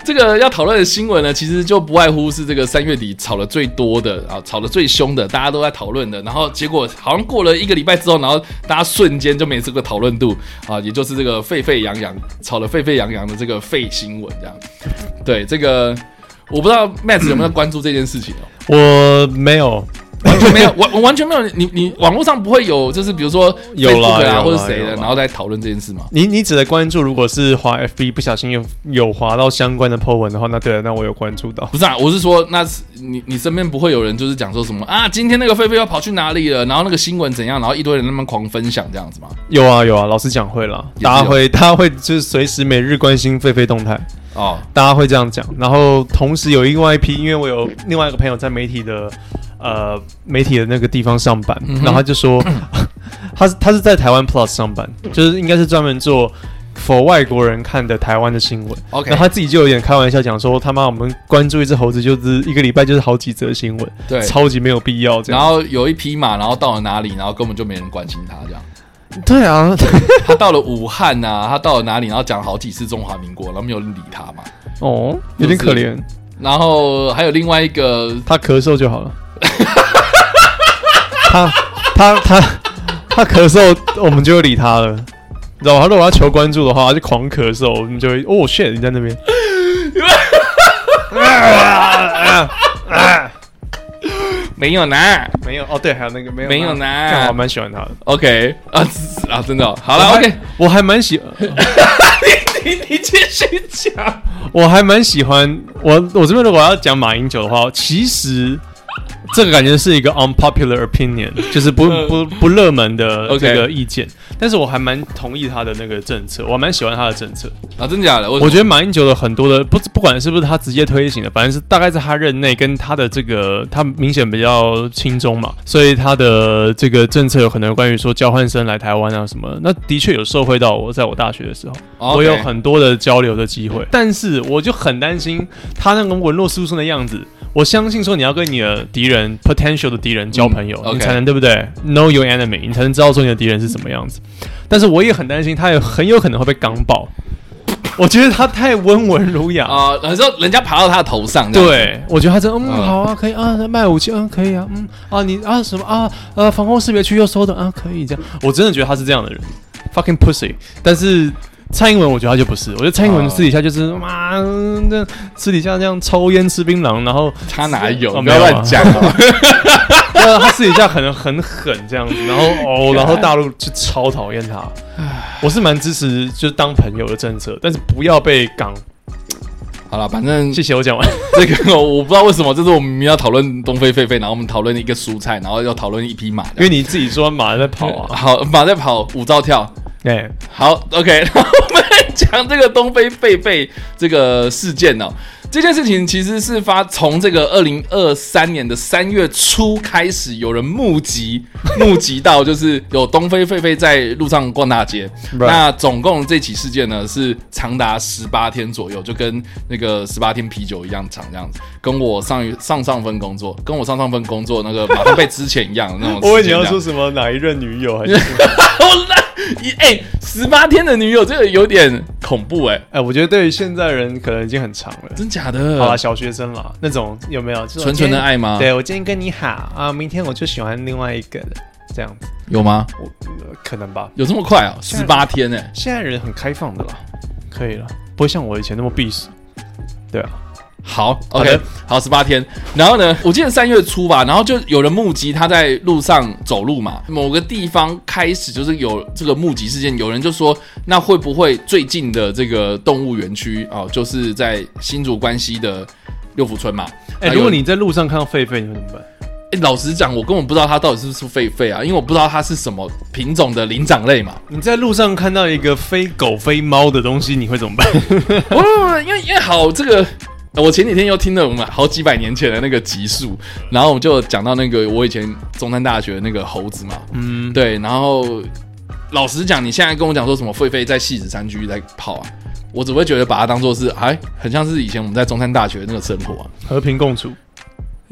B: 这个要讨论的新闻呢，其实就不外乎是这个三月底吵得最多的啊，吵得最凶的，大家都在讨论的，然后结果好像过了一个礼拜之后，然后大家瞬间就没这个讨论度啊，也就是这个沸沸扬扬、吵得沸沸扬扬的这个废新闻这样。对，这个我不知道
C: <laughs>
B: Matt 有没有关注这件事情哦。
C: 我没有，
B: 完全没有，完我完全没有。你你网络上不会有，就是比如说
C: 有啦
B: Facebook
C: 有
B: 啊，
C: 啦
B: 或者谁的，
C: 有啦
B: 然后再讨论这件事吗？
C: 你你只来关注，如果是滑 FB 不小心有有滑到相关的 po 文的话，那对了，那我有关注到。
B: 不是啊，我是说，那是你你身边不会有人就是讲说什么啊，今天那个菲菲要跑去哪里了，然后那个新闻怎样，然后一堆人那么狂分享这样子吗？
C: 有啊有啊，老师讲会啦，
B: 也是有
C: 大家会 <laughs> 大家会就是随时每日关心狒狒动态，
B: 哦，
C: 大家会这样讲。然后同时有另外一批，因为我有另外一个朋友在媒体的呃媒体的那个地方上班，
B: 嗯
C: 然后他就
B: <coughs>
C: 说，他是他是在台湾 Plus 上班，就是应该是专门做。for 外国人看的台湾的新闻
B: OK
C: 然后他自己就有点开玩笑讲说，他妈我们关注一只猴子就是一个礼拜就是好几则新闻，
B: 对
C: 超级没有必要这
B: 哦然
C: 样。
B: <laughs> 后有一匹马，然后到了哪里，然后根本就没人关心它这样。
C: 对啊，
B: 他到了武汉啊，他到了哪里，然后讲了好几次中华民国，然后没有人理他嘛。
C: 哦，有点可怜。
B: 然后还有另外一个，
C: 他咳嗽就好了。 <laughs> 他他他他咳嗽，我们就会理他了，你知道吗？他如果要求关注的话，他就狂咳嗽，我们就会哦 shit，你在那边。
B: 没有拿
C: 没有哦，对，还有那个 <laughs> 没有
B: 没有拿
C: 干我还蛮喜欢他的。
B: ，OK 啊啊，真的哦、好了
C: 我还
B: ，OK，
C: 我还蛮喜，
B: <laughs> 你你继续讲，
C: 我还蛮喜欢我我这边如果要讲马英九的话，其实这个感觉是一个 unpopular opinion，就是不不不热门的
B: 嗯 OK
C: 这个意见但是我还蛮同意他的那个政策，我还蛮喜欢他的政策。
B: 啊，真假的？我
C: 我觉得马英九的很多的不不管是不是他直接推行的，反正是大概在他任内跟他的这个他明显比较轻松嘛，所以他的这个政策有可能关于说交换生来台湾啊什么，那的确有受惠到我，在我大学的时候
B: 哦 OK
C: 我有很多的交流的机会，但是我就很担心他那种文弱书生的样子。我相信说你要跟你的敌人 potential 的敌人交朋友，
B: 嗯
C: 你
B: OK
C: 才能对不对？Know your enemy，你才能知道说你的敌人是什么样子。但是我也很担心，他也很有可能会被刚爆。我觉得他太温文儒雅。
B: 啊，然后人家爬到他的头上，这样子，
C: 对，我觉得他真的嗯
B: 嗯
C: 好啊，可以啊，卖武器嗯可以啊，嗯啊你啊什么啊呃防空识别区又收的啊可以这样，我真的觉得他是这样的人，fucking pussy。但是蔡英文我觉得他就不是，我觉得蔡英文
B: 哦
C: 私底下就是妈那私底下这样抽烟吃槟榔，然后
B: 他哪有？
C: 哦
B: 不要
C: 没有啊
B: 乱讲啊！
C: 呃他私底下可能很狠这样子，然后
B: <laughs> 啊
C: 哦然后大陆就超讨厌他。我是蛮支持就是当朋友的政策，但是不要被港。
B: 好了，反
C: <laughs>
B: 正
C: 谢谢我讲
B: <laughs>
C: 完。
B: 这个我不知道为什么，这是我们明明要讨论东非狒狒，然后我们讨论一个蔬菜，然后要讨论一匹马，
C: 因为你自己说马在跑啊，
B: <laughs> 好马在跑，舞照跳，
C: 哎、
B: 好，OK，然后 <laughs> 我们来讲这个东非狒狒这个事件哦。这件事情其实是发从这个二零二三年的三月初开始，有人募
C: <laughs>
B: 集募集到，就是有东非狒狒在路上逛大街。
C: Right
B: 那总共这起事件呢是长达十八天左右，就跟那个十八天啤酒一样长这样子。跟我上一上上份工作，跟我上上份工作那个马上被之前一样的那种时间这样。
C: <laughs> 我以为你要说什么哪一任女
B: <laughs>
C: 友还是？
B: 好烂！哎、十八天的女友，这个有点恐怖哎、
C: 哎，我觉得对于现在人可能已经很长了。
B: 真假的？
C: 好啦，小学生啦，那种有没有就是
B: 啊纯纯的爱
C: 我今天
B: 吗
C: 对我今天跟你好啊，明天我就喜欢另外一个的，这样子，
B: 有吗？
C: 我、呃可能吧。
B: 有这么快啊？十八天哎、
C: 现在人很开放的啦，可以了，不会像我以前那么闭死。对啊，
B: 好
C: 好
B: ，OK，
C: 的
B: 好，十八天。然后呢，我记得三月初吧，然后就有人目击他在路上走路嘛，某个地方开始就是有这个目击事件，有人就说，那会不会最近的这个动物园区哦，就是在新竹关西的六福村嘛？
C: 哎、
B: 那有
C: 如果你在路上看到狒狒，你会怎么办？
B: 诶欸老实讲，我根本不知道它到底是不是狒狒啊，因为我不知道它是什么品种的灵长类嘛。
C: 你在路上看到一个非狗非猫的东西，你会怎么办？
B: 不不不，因为因为好这个。呃我前几天又听了我们好几百年前的那个集数，然后我们就讲到那个我以前中山大学的那个猴子嘛， <laughs> 嗯，对，然后老实讲，你现在跟我讲说什么狒狒在戏子山区在跑啊，我只会觉得把它当做是哎，很像是以前我们在中山大学的那个生活啊，
C: 和平共处。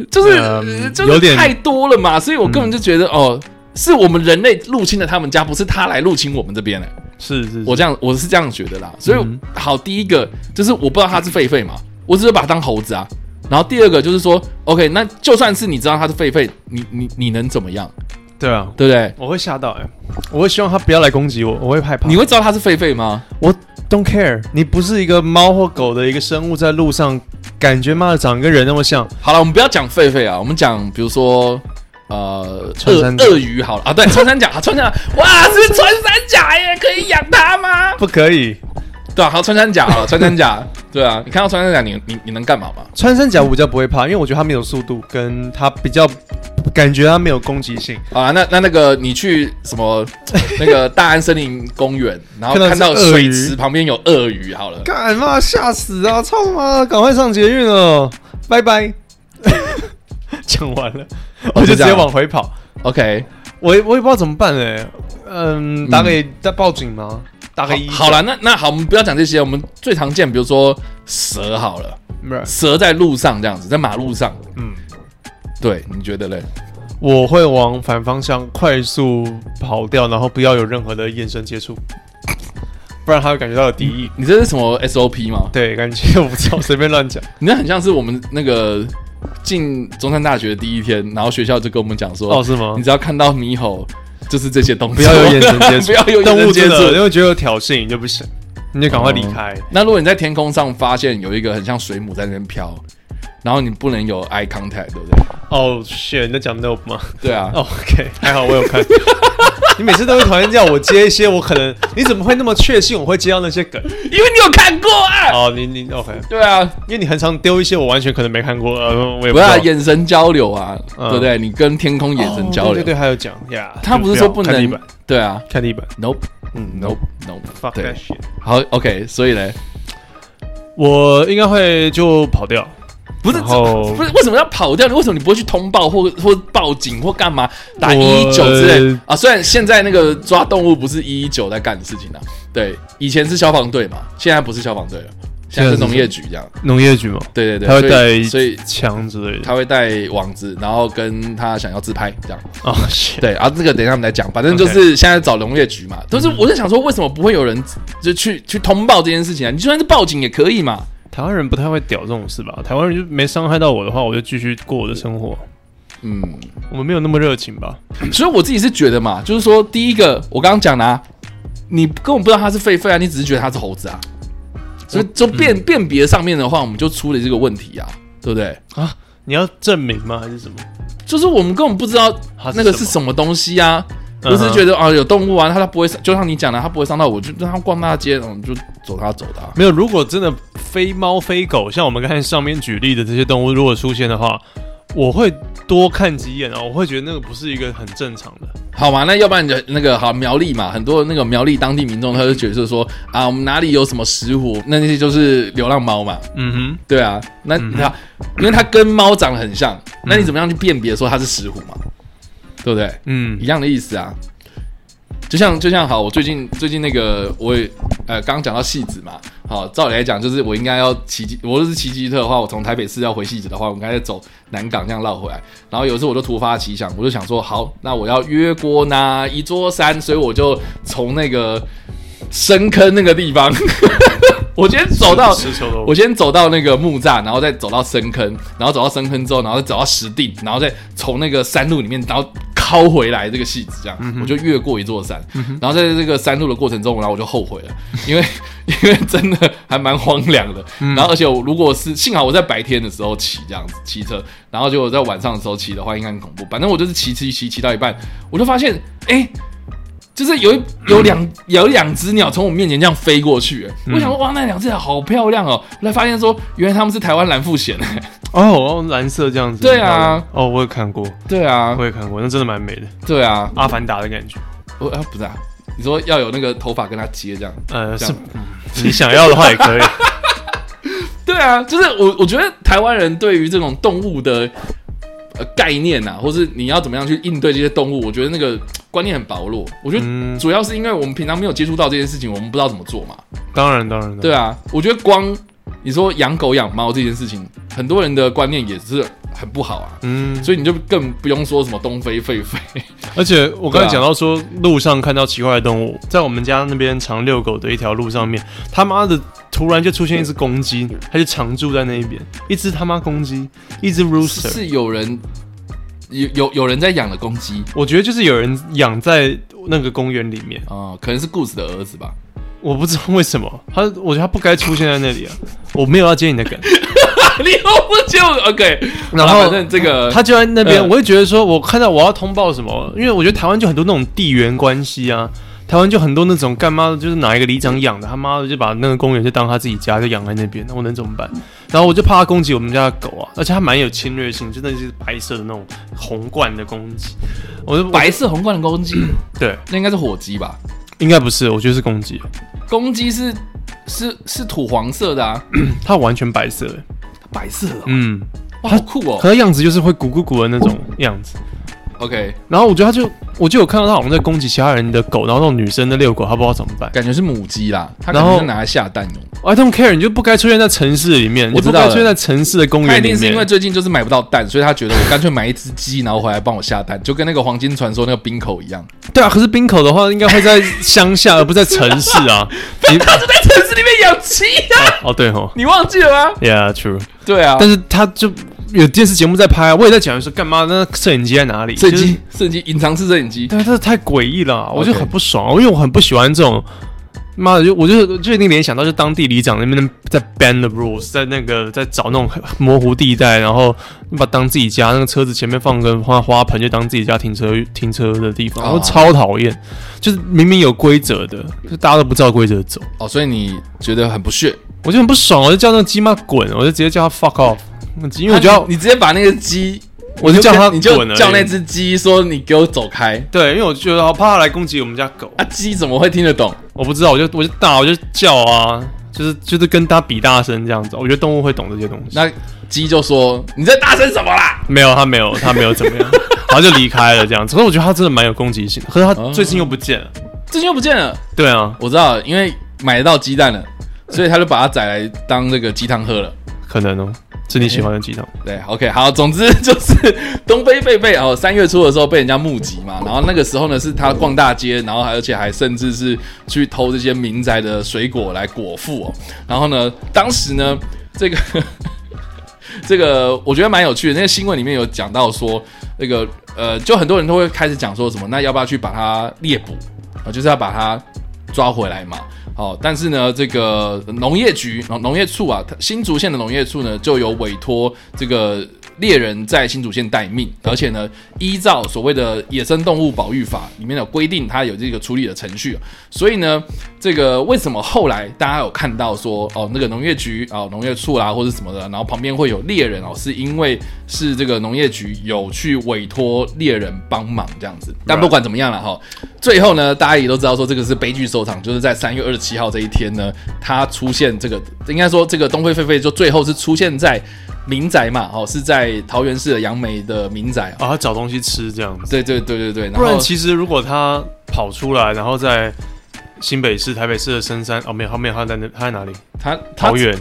B: 就是、呃
C: 嗯
B: 就是
C: 有点嗯
B: 太多了嘛，所以我根本就觉得、哦，是我们人类入侵了他们家，不是他来入侵我们这边嘞、
C: 是是是，
B: 我这样我是这样觉得啦，所以、
C: 嗯
B: 好，第一个就是我不知道它是狒狒嘛，我只是把它当猴子啊。然后第二个就是说，OK，那就算是你知道它是狒狒，你你你能怎么样，
C: 对啊，
B: 对不对？
C: 我会吓到哎、我会希望他不要来攻击我，我会害怕。
B: 你会知道它是狒狒吗？
C: 我 don't care，你不是一个猫或狗的一个生物，在路上感觉妈的长得跟人那么像，
B: 好了，我们不要讲狒狒啊，我们讲比如说呃
C: 穿
B: 鳄
C: 山甲
B: 鳄鱼好了啊，对，穿山甲，穿山甲，哇，是穿山甲耶，可以养它吗？
C: 不可以。
B: 对啊，好，穿山甲
C: <laughs>
B: 好了，穿山甲，对啊，你看到穿山甲，你你你能干嘛吗？
C: 穿山甲我比较不会怕，因为我觉得它没有速度，跟它比较感觉它没有攻击性。
B: 啊，那那那个你去什么 <laughs> 那个大安森林公园，然后看
C: 看
B: 到
C: 到是鳄
B: 水
C: 鱼
B: 池旁边有鳄鱼，好了，
C: 干嘛吓死啊！操他妈的，赶快上捷运哦，拜拜。 <laughs> 讲完了，我就直接往回跑。
B: ，OK，
C: 我也我也不知道怎么办哎、嗯，打给打报警吗？打
B: 好
C: 给医生
B: 好了，那那好，我们不要讲这些，我们最常见，比如说蛇好了，
C: 不是
B: 蛇在路上这样子，在马路上，
C: 嗯，
B: 对，你觉得嘞？
C: 我会往反方向快速跑掉，然后不要有任何的眼神接触，嗯不然他会感觉到有敌意。
B: 你这是什么 SOP 吗？
C: 对，感觉我不知道，随便乱讲。
B: 你那很像是我们那个进中山大学的第一天，然后学校就跟我们讲说，
C: 哦，是吗
B: 你？只要看到猕猴，就是这些东西，
C: <laughs> 不要有眼神
B: <laughs>
C: 接触，
B: 不要有眼
C: 动
B: 神
C: 物
B: 接
C: 接
B: 触
C: 触，。因为觉得有挑衅，你就不行，你就赶快离开。
B: 那如果你在天空上发现有一个很像水母在那边飘，然后你不能有 eye contact，对不对？
C: 哦、shit，你在讲 nope 吗？
B: 对啊，
C: 哦 OK，还好我有 <laughs> 看。你每次都会讨厌叫我接一些我可能，你怎么会那么确信我会接到那些梗？
B: 因为你有看过啊。
C: 哦，你你 OK，
B: 对啊，
C: 因为你很常丢一些我完全可能没看过， <laughs> 呃，我也
B: 不
C: 知
B: 是
C: 道
B: 啊眼神交流啊，
C: 嗯
B: 对不对？你跟天空眼神交
C: 哦
B: 流
C: 对对，对，还有讲呀，
B: 他不是说不
C: 就看地
B: 能
C: 板，，
B: 对啊
C: 看地板
B: ，nope，
C: 嗯
B: ，nope，nope，
C: ，fuck
B: 对
C: that shit，
B: 好，OK，所以嘞，
C: 我应该会就跑掉，
B: 不是
C: 然后
B: 不是为什么要跑掉？你为什么你不会去通报或或报警或干嘛打一一
C: 我呃
B: 九之类啊？虽然现在那个抓动物不是一一九在干的事情啊，对，以前是消防队嘛，现在不是消防队了，现在是农业局这样。
C: 农业局嘛，
B: 对对对，
C: 他会
B: 所以
C: 带
B: 所以
C: 枪之类的，
B: 他会带网子，然后跟他想要自拍这样。
C: 哦，shit，
B: 对啊，这个等一下我们来讲，反正就是现在找农业局嘛。
C: 嗯
B: 就是我在想说，为什么不会有人就去去通报这件事情啊？你就算是报警也可以嘛。
C: 台湾人不太会屌这种事吧？台湾人就没伤害到我的话，我就继续过我的生活，
B: 嗯，
C: 我们没有那么热情吧？
B: 所以我自己是觉得嘛，就是说，第一个我刚刚讲的、啊，你根本不知道它是狒狒啊，你只是觉得它是猴子啊，所以
C: 嗯
B: 就辨、辨别上面的话，我们就出了这个问题啊，对不对？
C: 啊，你要证明吗？还是什么？
B: 就是我们根本不知道
C: 它是
B: 那个
C: 什
B: 是
C: 么
B: 什么东西啊，我
C: 嗯
B: 只是
C: 哼
B: 觉得啊有动物啊，它它不会伤，就像你讲的，它不会伤到我，就让它逛大街，我们就走它走的、啊。
C: 没有，如果真的非猫非狗，像我们刚才上面举例的这些动物，如果出现的话，我会多看几眼啊，我会觉得那个不是一个很正常的。
B: 好嘛，那要不然你就那个好苗栗嘛，很多那个苗栗当地民众他就觉得说啊，我们哪里有什么石虎，那那些就是流浪猫嘛，
C: 嗯
B: 对啊，那它、因为它跟猫长得很像，那你怎么样去辨别说它是石虎嘛？对不对？
C: 哼，嗯
B: 一，样的意思啊。就像就像好，我最近最近那个我也呃刚刚讲到戏子嘛，好，照理来讲就是我应该要骑机，我若是骑机车的话，我从台北市要回戏子的话，我应该走南港这样绕回来。然后有一次我就突发奇想，我就想说好，那我要越过那一座山，所以我就从那个深坑那个地方， <laughs> 我今天走到
C: 石石球楼
B: 我先走到那个木栅，然后再走到深坑，然后走到深坑之后，然后再走到石碇，然后再从那个山路里面，然后拷回来这个戏子，这样、
C: 嗯
B: 我就越过一座山，然后在这个山路的过程中，然后我就后悔了，因为 <laughs> 因为真的还蛮荒凉的，
C: 嗯
B: 然后而且我如果是幸好我在白天的时候骑这样子骑车，然后结果在晚上的时候骑的话，应该很恐怖。反正我就是骑骑骑骑到一半，我就发现哎。就是有一有两有两只鸟从我面前这样飞过去，欸我想说哇，那两只鸟好漂亮哦！后来发现说，原来它们是台湾蓝腹鹇。 <laughs> 欸
C: 哦，哦蓝色这样子，
B: 对啊，
C: 哦，我有看过，
B: 对啊
C: 我，也看过，那真的蛮美的，
B: 对啊，
C: 阿凡达的感觉。
B: 我啊不是啊，你说要有那个头发跟它接这样，
C: 呃，
B: 这
C: 是
B: 样
C: 你想要的话也可 <laughs> 以。
B: 对啊，就是我我觉得台湾人对于这种动物的呃概念啊，或是你要怎么样去应对这些动物，我觉得那个嘖观念很薄弱。我觉得
C: 嗯
B: 主要是因为我们平常没有接触到这件事情，我们不知道怎么做嘛。
C: 当然，当然，
B: 对
C: 啊，
B: 啊，我觉得光你说养狗养猫这件事情，很多人的观念也是很不好啊。
C: 嗯。
B: 所以你就更不用说什么东非狒狒，
C: 而且我刚
B: 对啊
C: 才讲到说，路上看到奇怪的动
B: 啊
C: 物，在我们家那边常遛狗的一条路上面，他妈的突然就出现一只公鸡，它就常住在那一边，一只他妈公鸡，一只 rooster。
B: 是有人有有有人在养的公鸡
C: 我觉得就是有人养在那个公园里面，
B: 啊、可能是故事的儿子吧。
C: 我不知道为什么，他我觉得他不该出现在那里啊！我没有要接你的
B: <laughs>
C: 梗，
B: <laughs> 你又不就 OK？
C: 然
B: 好
C: 后
B: 反正这个
C: 他就在那边，
B: 呃
C: 我会觉得说，我看到我要通报什么，因为我觉得台湾就很多那种地缘关系啊，台湾就很多那种干妈的就是哪一个里长养的，他妈的就把那个公园就当他自己家，就养在那边，那我能怎么办？然后我就怕他攻击我们家的狗啊，而且他蛮有侵略性，真的是白色的那种红冠的攻击，我就
B: 白色红冠的公鸡，
C: 对，
B: 那应该是火鸡吧？
C: 应该不是，我觉得是攻击，
B: 公鸡是是是土黄色的啊，
C: 它完全白色，
B: 白色的、哦，
C: 嗯，
B: 哇，好酷哦
C: 可。它样子就是会鼓鼓鼓的那种样子。
B: OK，
C: 然后我觉得他就我就有看到他好像在攻击其他人的狗，然后那种女生在遛狗，他不知道怎么办。
B: 感觉是母鸡啦，它可
C: 然
B: 能
C: 后
B: 是拿来下蛋哦用。
C: I don't care，你就不该出现在城市里面，你
B: 我
C: 就
B: 知
C: 不
B: 道了
C: 该出现在城市的公
B: 他
C: 园
B: 一
C: 里面。
B: 定是因为最近就是买不到蛋，所以他觉得我干脆买一只鸡，然后回来帮我下蛋，就跟那个黄金传说那个冰口一样。
C: 对啊，可是冰口的话应该会在乡下，而不是在城市啊。
B: <laughs>
C: 你
B: 他就在城市里面养鸡啊，
C: 哦对吼
B: <laughs> 你忘记了吗？
C: ，Yeah，true。
B: 对啊，
C: 但是他就有电视节目在拍啊，我也在讲说干嘛？那摄影机在哪里？
B: 摄影
C: 就是
B: 机，摄影机，隐藏式摄影机。
C: 但是这太诡异了啊，我就
B: OK
C: 很不爽啊，因为我很不喜欢这种。妈的，就我就就一定联想到，就当地里长那边在 ban the rules，在那个在找那种模糊地带，然后把当自己家那个车子前面放个花花盆，就当自己家停车停车的地方，然后
B: 哦
C: 超讨厌，就是明明有规则的，就大家都不照规则走，
B: 哦，所以你觉得很不屑？
C: 我就很不爽，我就叫那个鸡妈滚，我就直接叫他 fuck off，因为我觉
B: 他
C: 得
B: 你直接把那个鸡，
C: 我就叫他
B: 你就
C: 滚而已
B: 叫那只鸡说你给我走开。
C: 对，因为我觉得好怕他来攻击我们家狗，
B: 啊，鸡怎么会听得懂？
C: 我不知道，我就我就大，我就叫啊，就是就是跟他比大声这样子。我觉得动物会懂这些东西。
B: 那鸡就说你在大声什么啦？
C: 没有，他没有，他没有怎么样，然后就离开了这样子。可是我觉得他真的蛮有攻击性的，可是他最近又不见了。
B: 最近又不见了。
C: 对啊，
B: 我知道了，因为买得到鸡蛋了，所以他就把它宰来当这个鸡汤喝了。
C: 可能哦，是你喜欢的鸡汤。
B: 对，OK，好，总之 <laughs> 就是东非贝贝哦，三月初的时候被人家目击嘛，然后那个时候呢是他逛大街，然后还而且还甚至是去偷这些民宅的水果来果腹哦，然后呢，当时呢这个这个我觉得蛮有趣的，那个新闻里面有讲到说那个呃，就很多人都会开始讲说什么，那要不要去把它猎捕啊、就是要把它抓回来嘛。好、哦但是呢，这个农业局农农业处啊，它新竹县的农业处呢，就有委托这个猎人在新竹县待命，而且呢，依照所谓的《野生动物保育法》里面有规定，它有这个处理的程序。啊所以呢，这个为什么后来大家有看到说哦，那个农业局哦，农业处啦或者什么的，然后旁边会有猎人哦，是因为是这个农业局有去委托猎人帮忙这样子。但不管怎么样了哈、最后呢，大家也都知道说这个是悲剧收场，就是在三月二十七号这一天呢，它出现这个，应该说这个东非狒狒就最后是出现在民宅嘛，哦，是在桃园市的杨梅的民宅啊。
C: 啊，他找东西吃这样子。
B: 对对对对对，然
C: 不然
B: 后
C: 其实如果他跑出来，然后在新北市、台北市的深山哦，没有，他没有，他在那他在哪里？
B: 他他
C: 桃园。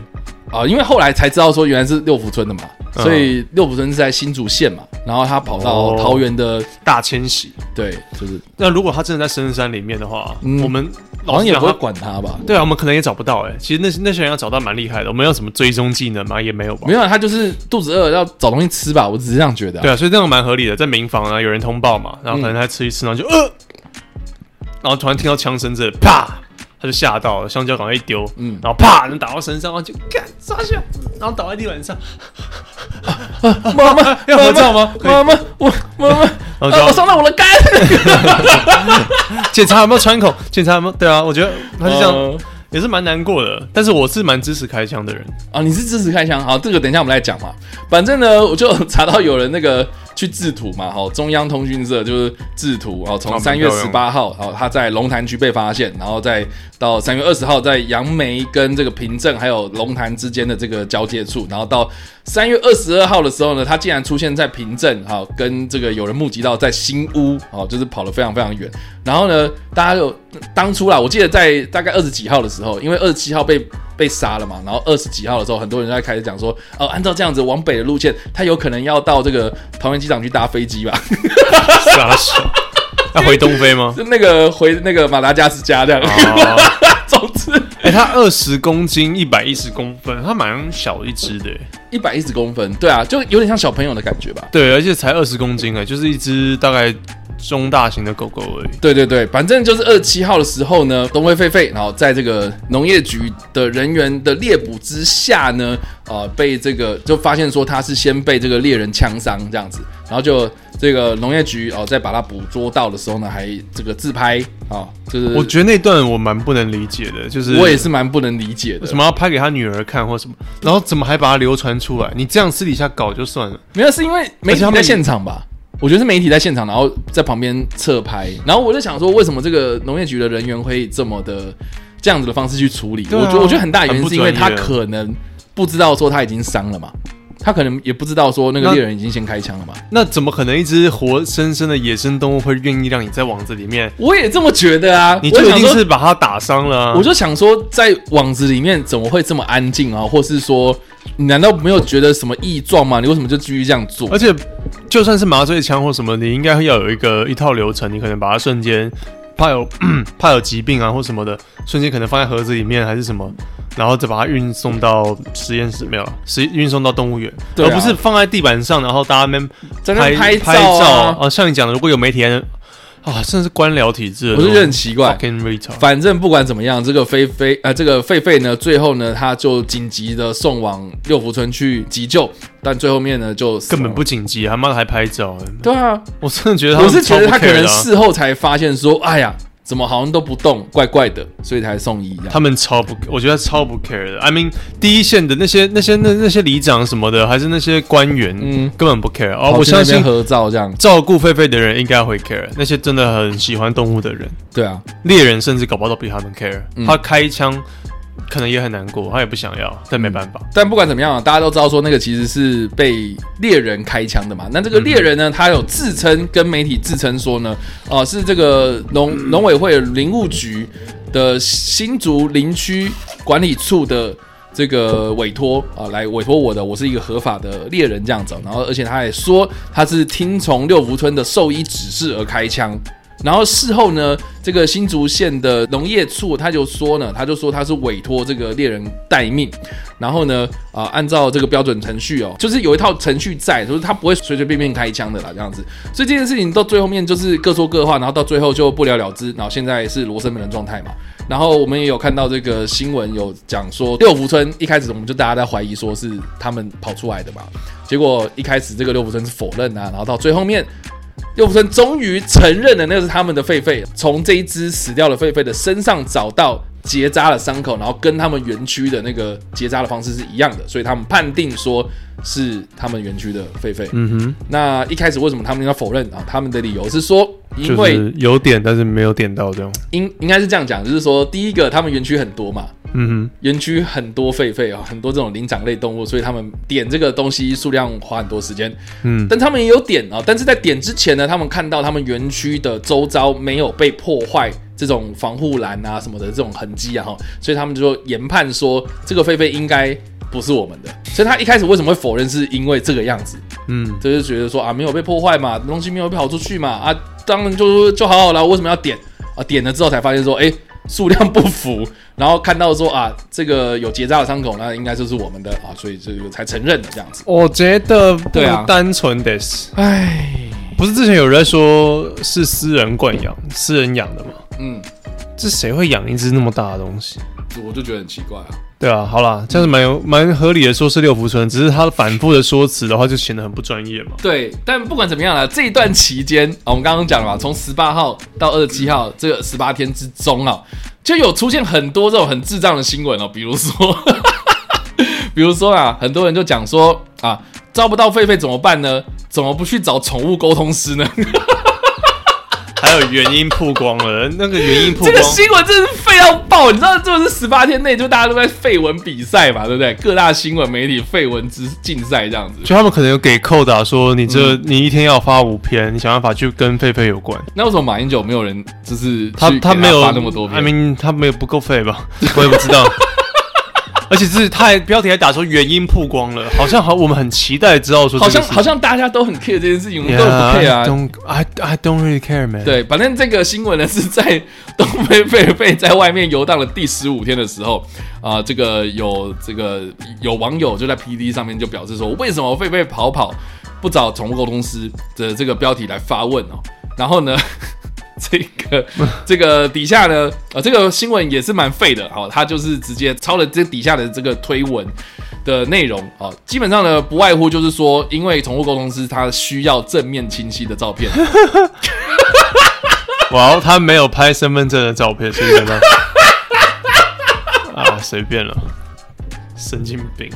B: 啊、因为后来才知道说原来是六福村的嘛，
C: 嗯
B: 所以六福村是在新竹县嘛，然后他跑到
C: 哦
B: 桃园的，
C: 大迁徙。
B: 对，就是
C: 那如果他真的在深山里面的话，
B: 嗯
C: 我们
B: 好像也
C: 老实
B: 不会
C: 讲哦他
B: 管他吧？
C: 对啊，我们可能也找不到哎、其实那些那些人要找到蛮厉害的，我们有什么追踪技能吗？也没有吧。
B: 没有，啊他就是肚子饿要找东西吃吧，我只是这样觉得、
C: 对啊，所以这样蛮合理的。在民房啊，有人通报嘛，然后可能他吃一吃，然后就呃，然后突然听到枪声这，啪，他就吓到了，香蕉赶快一丢，嗯
B: 嗯，
C: 然后啪，能打到身上，然后就干抓起来，然后倒在地板上，
B: 啊，妈妈
C: <laughs> 要合照吗可以
B: 妈妈，我妈妈，
C: 然后
B: 啊
C: 就
B: 我伤到我的肝，
C: 检查有没有穿孔，检查有没有，对啊，我觉得 <laughs> 他就这样、
B: 嗯
C: 哦也是蛮难过的。但是我是蛮支持开枪的人，
B: 啊，你是支持开枪？好，这个等一下我们来讲嘛。反正呢，我就查到有人那个去制图嘛，哈，中央通讯社就是制图，哦，
C: 哦
B: 从
C: 蛮
B: 三月
C: 漂亮
B: 十
C: 的
B: 八号，哦，他在龙潭区被发现，然后再到三月二十号在杨梅跟这个平镇还有龙潭之间的这个交界处，然后到三月二十二号的时候呢，他竟然出现在平镇，哈、跟这个有人目击到在新屋，哦，就是跑得非常非常远。然后呢，大家有当初啦，我记得在大概二十几号的时候，因为二十七号被被杀了嘛，然后二十几号的时候，很多人在开始讲说，哦，按照这样子往北的路线，他有可能要到这个桃园机场去搭飞机吧， <laughs>
C: 傻 <laughs> 笑。要回东非吗？
B: 就那个回那个马达加斯加这样。
C: 哦， <laughs>
B: 总之，
C: 哎、他二十公斤，一百一十公分，他蛮小一只的、欸。
B: 一百一十公分，对啊，就有点像小朋友的感觉吧。
C: 对，而且才二十公斤哎、就是一只大概中大型的狗狗而已。
B: 对对对，反正就是二七号的时候呢，东非狒狒，然后在这个农业局的人员的猎捕之下呢，呃，被这个就发现说他是先被这个猎人枪伤这样子，然后就这个农业局哦、在把他捕捉到的时候呢，还这个自拍啊、哦就是
C: 我觉得那段我蛮不能理解的，就是
B: 我也是蛮不能理解的，
C: 为什么要拍给他女儿看或什么，然后怎么还把它流传出来？你这样私底下搞就算了，
B: 没有，是因为媒
C: 而且
B: 体
C: 他们
B: 在现场吧？我觉得是媒体在现场，然后在旁边侧拍，然后我就想说，为什么这个农业局的人员会这么的这样子的方式去处理？
C: 啊
B: 我觉得我觉得很大原
C: 很
B: 因
C: 不
B: 是因为他
C: 专业
B: 可能不知道说他已经伤了嘛，他可能也不知道说那个猎人已经先开枪了嘛。
C: 那怎么可能一只活生生的野生动物会愿意让你在网子里面？
B: 我也这么觉得啊，
C: 你
B: 我
C: 就
B: 也
C: 一
B: 想
C: 定
B: 说
C: 是把它打伤了、啊。
B: 我就想说，在网子里面怎么会这么安静啊？或是说，你难道没有觉得什么异状吗？你为什么就继续这样做？
C: 而且，就算是麻醉枪或什么，你应该要有一个一套流程，你可能把它瞬间怕有 <clears throat> 怕有疾病啊或什么的，瞬间可能放在盒子里面还是什么，然后再把它运送到实验室，没有实运送到动物园，
B: 对啊
C: 而不是放在地板上，然后大家们
B: 在那
C: 拍
B: 拍照啊
C: 拍照啊。像你讲的，如果有媒体人啊，甚至官僚体制的
B: 我
C: 那种，
B: 是觉得很奇怪
C: fucking retard
B: 反正不管怎么样，这个菲菲啊、呃，这个狒狒呢，最后呢，他就紧急的送往六福村去急救，但最后面呢，就死
C: 根本
B: 亡
C: 不紧急，他妈的还拍照，
B: 对啊。
C: 我真的觉得他
B: 我
C: 们
B: 是觉得他可能
C: 超不 care 的啊
B: 事后才发现说，哎呀，怎么好像都不动，怪怪的，所以才送医这样。
C: 他们超不，我觉得超不 care 的。I mean，第一线的那些、那些、那那些里长什么的，还是那些官员，
B: 嗯
C: 嗯，根本不 care。哦，
B: 跑
C: 我
B: 去那
C: 相
B: 边
C: 信
B: 合照这样，
C: 照顾狒狒的人应该会 care，那些真的很喜欢动物的人，
B: 对啊，
C: 猎人甚至搞不好都比他们 care、他
B: 嗯
C: 开枪可能也很难过，他也不想要，但没办法。
B: 但不管怎么样啊，大家都知道说那个其实是被猎人开枪的嘛。那这个猎人呢，他有自称跟媒体自称说呢，啊、是这个农农委会林务局的新竹林区管理处的。这个委托啊、来委托我的，我是一个合法的猎人这样子哦。然后，而且他也说他是听从六福村的兽医指示而开枪。然后事后呢，这个新竹县的农业处他就说呢，他就说他是委托这个猎人待命，然后呢，啊、按照这个标准程序哦，就是有一套程序在，就是他不会随随便便开枪的啦，这样子。所以这件事情到最后面就是各说各话，然后到最后就不了了之。然后现在是罗生门的状态嘛。然后我们也有看到这个新闻有讲说，六福村一开始我们就大家在怀疑说是他们跑出来的嘛，结果一开始这个六福村是否认啊，然后到最后面六福村终于承认了那是他们的狒狒，从这一只死掉的狒狒的身上找到结扎的伤口，然后跟他们园区的那个结扎的方式是一样的，所以他们判定说是他们园区的狒狒。嗯哼，那一开始为什么他们要否认啊？他们的理由是说，嗯因
C: 就
B: 为、
C: 是有点，但是没有点到这样。
B: 应应该是这样讲，就是说第一个他们园区很多嘛，
C: 嗯
B: 园区很多狒狒啊，很多这种灵长类动物，所以他们点这个东西数量花很多时间。嗯，但他们也有点啊，但是在点之前呢，他们看到他们园区的周遭没有被破坏这种防护栏啊什么的这种痕迹啊哈，所以他们就研判说这个狒狒应该不是我们的。所以他一开始为什么会否认，是因为这个样子。
C: 哼，嗯，
B: 就是觉得说啊，没有被破坏嘛，东西没有被跑出去嘛，啊，当然就就好好啦，为什么要点啊？点了之后才发现说，哎、数量不符， <laughs> 然后看到说啊，这个有结扎的伤口，那应该就是我们的啊，所以这个才承认的这样子。
C: 我觉得不
B: 对啊
C: 单纯的是。
B: 哎，
C: 不是之前有人在说是私人惯养、私人养的吗？
B: 嗯，
C: 这谁会养一只那么大的东西？
B: 我就觉得很奇怪啊。
C: 对啊，好啦，这样子蛮有蛮合理的，说是六福村，只是他反复的说辞的话，就显得很不专业嘛。
B: 对，但不管怎么样啦，这一段期间啊，我们刚刚讲了嘛，从十八号到二十七号这个十八天之中啊，就有出现很多这种很智障的新闻哦，比如说， <laughs> 比如说啊，很多人就讲说啊，招不到狒狒怎么办呢？怎么不去找宠物沟通师呢？
C: 还有原因曝光了，那个原因曝
B: 这
C: 光
B: 个，新闻真是废到爆，你知道，这是十八天内就大家都在绯闻比赛嘛，对不对？各大新闻媒体绯闻之竞赛这样子。
C: 就他们可能有给扣打、说你这、
B: 嗯
C: 你一天要发五篇，你想办法去跟狒狒有关。
B: 那为什么马英九没有人就是
C: 他
B: 去
C: 他
B: 给
C: 没有
B: 发那么多篇
C: I mean，他没有不够费吧？我也不
B: <laughs>
C: 知道。而且是他还标题还打说原因曝光了，好像好我们很期待知道说这
B: 好
C: 个
B: 像
C: 事情
B: 好像大家都很 care 这件事情，我们都很不 care 啊。
C: don't, I, I don't really care, man.
B: 对，反正这个新闻呢是在东非狒狒在外面游荡的第十五天的时候，啊、这个有这个有网友就在 P D 上面就表示说，为什么狒狒跑跑不找宠物沟通师的这个标题来发问哦？然后呢， <laughs> 这个这个底下呢，呃，这个新闻也是蛮废的，好、哦，他就是直接抄了这底下的这个推文的内容啊、哦，基本上呢不外乎就是说，因为宠物沟通师它需要正面清晰的照片，
C: 哇哦，他没有拍身份证的照片，所以怎么 <laughs> 样？啊，随便了，神经病。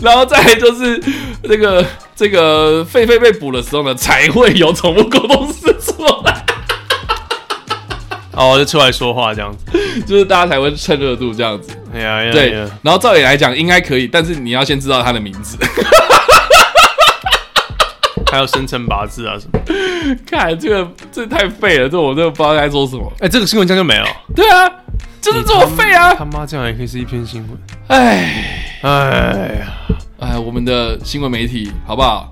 B: 然后再来就是这个这个狒狒被捕的时候呢，才会有宠物沟通师出来，
C: 哦，就出来说话这样子。
B: 就是大家才会趁热度这样子。
C: 哎呀，哎呀
B: 对
C: 哎呀，
B: 然后照理来讲应该可以，但是你要先知道他的名字。 <laughs>
C: 还有生辰八字啊什么。
B: 看这个，这太废了，这我真的不知道该说什么。
C: 哎、这个新闻这样就没了，
B: 对啊，就是这么废
C: 他
B: 啊！
C: 妈这样也可以是一篇新闻。
B: 哎
C: 哎呀，
B: 哎，我们的新闻媒体好不好？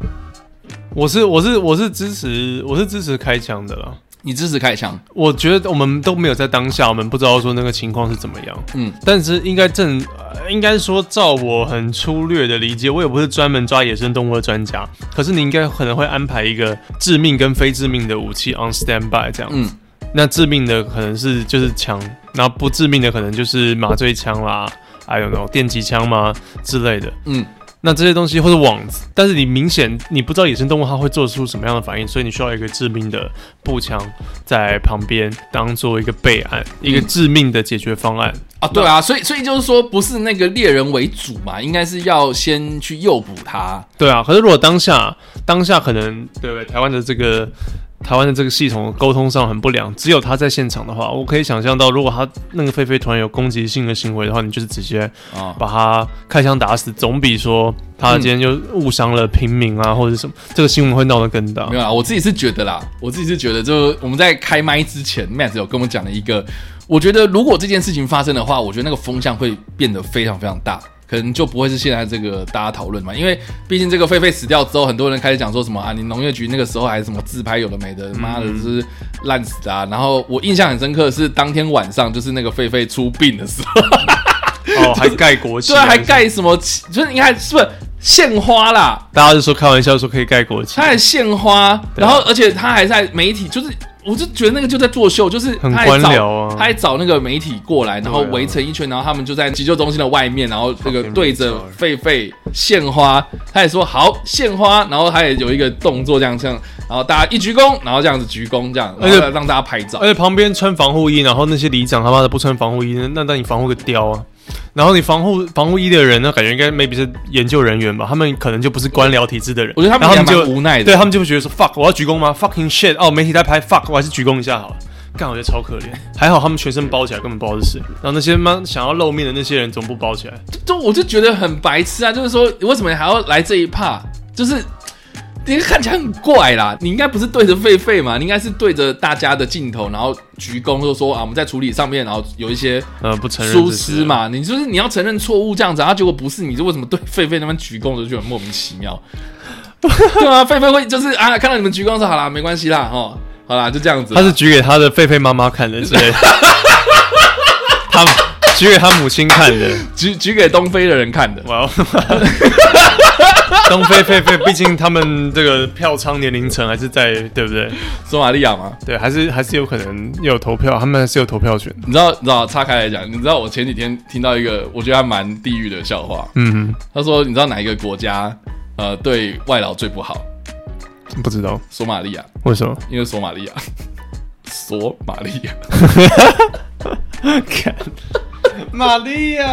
C: 我是我是我是支持我是支持开枪的啦。
B: 你支持开枪？
C: 我觉得我们都没有在当下，我们不知道说那个情况是怎么样。
B: 嗯
C: 嗯，但是应该正，呃应该说照我很粗略的理解，我也不是专门抓野生动物的专家，可是你应该可能会安排一个致命跟非致命的武器 on standby 这样子。
B: 嗯
C: 那致命的可能是就是枪，然后不致命的可能就是麻醉枪啦，I don't know 电击枪嘛之类的。
B: 嗯，
C: 那这些东西或者网子，但是你明显你不知道野生动物它会做出什么样的反应，所以你需要一个致命的步枪在旁边当做一个备案，一个致命的解决方案。
B: 啊，对啊，所以所以就是说，不是那个猎人为主嘛，应该是要先去诱捕他。
C: 对啊，可是如果当下当下可能对不对？台湾的这个台湾的这个系统沟通上很不良，只有他在现场的话，我可以想象到，如果他那个狒狒突然有攻击性的行为的话，你就是直接
B: 啊
C: 把他开枪打死，总比说他今天就误伤了平民啊、或者什么，这个新闻会闹得更大
B: 没。有啊，我自己是觉得啦，我自己是觉得，就我们在开麦之前，Matt 有跟我讲了一个，我觉得如果这件事情发生的话，我觉得那个风向会变得非常非常大，可能就不会是现在这个大家讨论嘛，因为毕竟这个狒狒死掉之后，很多人开始讲说什么啊，你农业局那个时候还什么自拍有的没的，妈的，就是烂死的啊。然后我印象很深刻的是当天晚上，就是那个狒狒出殡的时 <laughs> 候，
C: 哦，还盖国旗 <laughs>
B: 对
C: 啊，
B: 啊，还盖什么旗，就是你看是不是献花啦，
C: 大家就说开玩笑说可以盖国旗
B: 他，还献花，
C: 对啊
B: 然后而且他还在媒体，就是我就觉得那个就在作秀，就是他
C: 很
B: 还
C: 官
B: 找
C: 僚啊
B: 他还找那个媒体过来，然后围成一圈，然后他们就在急救中心的外面，然后那个对着狒狒献花，他也说好献花，然后他也有一个动作这样像，然后大家一鞠躬，然后这样子鞠躬这样，然
C: 而且
B: 后让大家拍照
C: 而。且旁边穿防护衣，然后那些里长他妈的不穿防护衣，那那你防护个雕啊！然后你防护防护衣的人呢，感觉应该 maybe 是研究人员吧，他们可能就不是官僚体制的人，
B: 我觉得他
C: 然
B: 们
C: 后
B: 也
C: 就
B: 蛮无奈的
C: 对他们就会觉得说 fuck，我要鞠躬吗？fucking shit，哦，媒体在拍 fuck，我还是鞠躬一下好了。干，我觉得超可怜，还好他们全身包起来，根本不知道是谁。然后那些妈想要露面的那些人，总不包起来？
B: 就我就觉得很白痴啊，就是说你为什么还要来这一趴？就是你看起来很怪啦，你应该不是对着狒狒嘛，你应该是对着大家的镜头，然后鞠躬，就说啊我们在处理上面，然后有一些
C: 呃，不承认
B: 疏
C: 这些
B: 失，嘛，你就是你要承认错误这样子，啊然后结果不是，你就为什么对狒狒那边鞠躬，我就觉得很莫名其
C: <laughs>
B: 妙。对啊，狒狒会就是啊，看到你们鞠躬说好啦，没关系啦，哦，好啦，就这样子啦。
C: 他是举给他的狒狒妈妈看的之类的， <laughs> 他举给他母亲看的。
B: 举举给东非的人看的，
C: 哇哦， <laughs> 东非狒狒，毕竟他们这个票仓年龄层还是在，对不对？
B: 索马利亚嘛。
C: 对，还是还是有可能有投票，他们还是有投票权的。
B: 你知道，你知道，岔开来讲，你知道我前几天听到一个我觉得还蛮地狱的笑话。
C: 嗯，
B: 他说，你知道哪一个国家呃对外劳最不好？
C: 不知道
B: 索马利亚，
C: 为什么。
B: 因为索马利亚，索马利亚，
C: 看，玛利
D: <laughs>
C: 亚，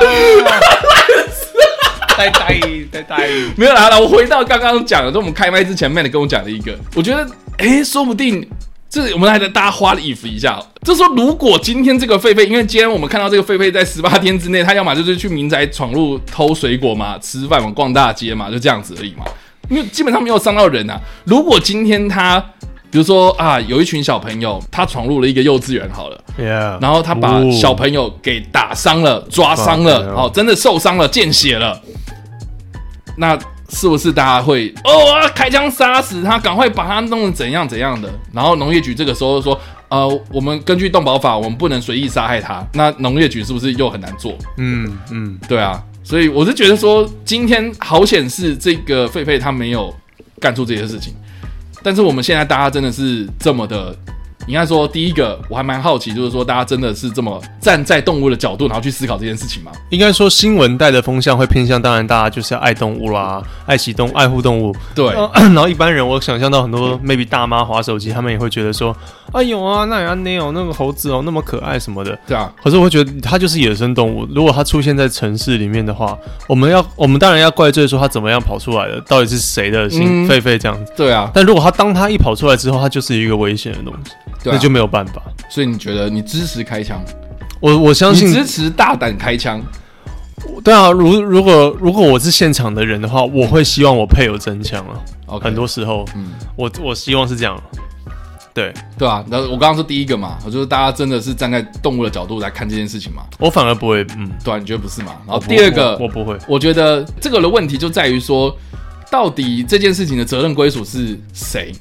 C: 呆呆呆呆，
B: <laughs> 没有啦。好啦我回到刚刚讲的，就我们开麦之前，Man 跟我讲了一个，我觉得，诶，说不定。这我们还得大家花了 if 一下，就说如果今天这个狒狒，因为今天我们看到这个狒狒在十八天之内，他要么就是去民宅闯入偷水果嘛、吃饭嘛、逛大街嘛，就这样子而已嘛。因为基本上没有伤到人啊。如果今天他，比如说啊，有一群小朋友他闯入了一个幼稚园好了，
C: Yeah，
B: 然后他把
C: 哦
B: 小朋友给打伤了、抓伤了，
C: Fuck,
B: 哦，真的受伤了、见血了，那是不是大家会哦啊开枪杀死他，赶快把他弄得怎样怎样的？然后农业局这个时候说，呃，我们根据动保法，我们不能随意杀害他。那农业局是不是又很难做？
C: 嗯嗯，
B: 对啊，所以我是觉得说，今天好显示这个狒狒他没有干出这些事情，但是我们现在大家真的是这么的，应该说第一个我还蛮好奇，就是说大家真的是这么站在动物的角度，然后去思考这件事情吗？
C: 应该说新闻带的风向会偏向，当然大家就是要爱动物啦，爱惜动爱护动物，
B: 对，
C: 呃然后一 <coughs> 般人，我想象到很多 maybe 大妈滑手机，他们也会觉得说，哎呦啊，那也那哦，那个猴子哦，那么可爱什么的。
B: 对啊，
C: 可是我会觉得它就是野生动物，如果它出现在城市里面的话，我们要我们当然要怪罪说它怎么样跑出来的，到底是谁的
B: 嗯
C: 心狒狒这样子。
B: 对啊，
C: 但如果它当它一跑出来之后，它就是一个危险的东西，
B: 对啊，
C: 那就没有办法。
B: 所以你觉得你支持开枪，
C: 我我相
B: 你
C: 信
B: 支持大胆开枪，
C: 对啊，如如果如果我是现场的人的话，我会希望我配有真枪啊。
B: OK
C: 很多时候，嗯，我我希望是这样。对
B: 对啊，那我刚刚说第一个嘛，就是大家真的是站在动物的角度来看这件事情嘛，
C: 我反而不会，嗯，
B: 对啊，你觉得不是嘛？然后
C: 我不
B: 第二个，
C: 我我不会
B: 我觉得这个的问题就在于说，到底这件事情的责任归属是谁？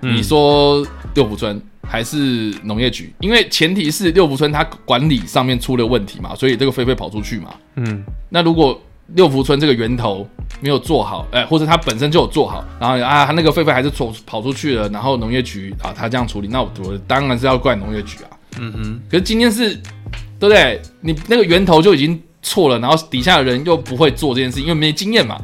B: 你说六福村还是农业局？因为前提是六福村它管理上面出了问题嘛，所以这个狒狒跑出去嘛。
C: 嗯，
B: 那如果六福村这个源头没有做好，哎、或者它本身就有做好，然后啊，它那个狒狒还是走跑出去了，然后农业局啊，它这样处理，那我我当然是要怪农业局啊。嗯哼，可是今天是，对不啊嗯对？你那个源头就已经错了，然后底下的人又不会做这件事，因为没经验嘛。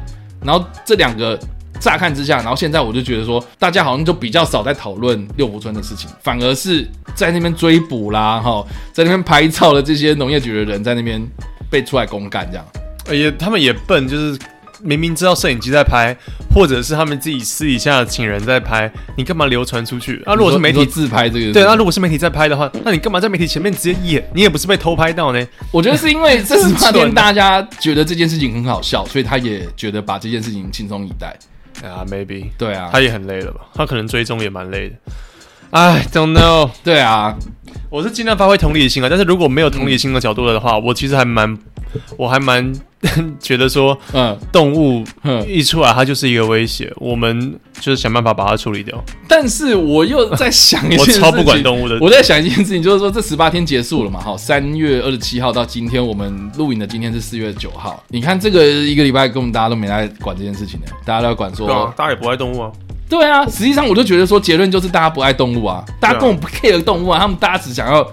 B: 然后这两个乍看之下，然后现在我就觉得说，大家好像就比较少在讨论六福村的事情，反而是在那边追捕啦，哈，在那边拍照的这些农业局的人在那边被出来公干这样。
C: 呃也他们也笨，就是明明知道摄影机在拍，或者是他们自己私底下请人在拍，你干嘛流传出去？啊，如果是媒
B: 你
C: 体
B: 说自拍这个，
C: 对，那啊如果是媒体在拍的话，那你干嘛在媒体前面直接演？你也不是被偷拍到呢？
B: 我觉得是因为这十八
C: 真蠢
B: 天
C: 啊
B: 大家觉得这件事情很好笑，所以他也觉得把这件事情轻松以待。
C: 啊，maybe，
B: 对啊
C: 他也很累了吧？他可能追踪也蛮累的。哎，don't know，
B: 对啊，
C: 我是尽量发挥同理心啊，但是如果没有同理心的角度的话，我其实还蛮，我还蛮 <laughs> 觉得说，
B: 嗯，
C: 动物
B: 哼
C: 一出来它就是一个威胁，我们就是想办法把它处理掉。
B: 但是我又在想
C: <laughs>
B: 一件
C: 我
B: 事情，
C: 超不管动物的
B: 我在想一件事情，就是说这十八天结束了嘛，好，三月二十七号到今天，我们录影的今天是四月九号。你看这个一个礼拜，根本大家都没来管这件事情的，大家都在管说，
C: 大家也不爱动物啊。
B: 对啊，实际上我就觉得说结论就是大家不爱动物啊，大家根本不 care 动物啊，他们大家只想要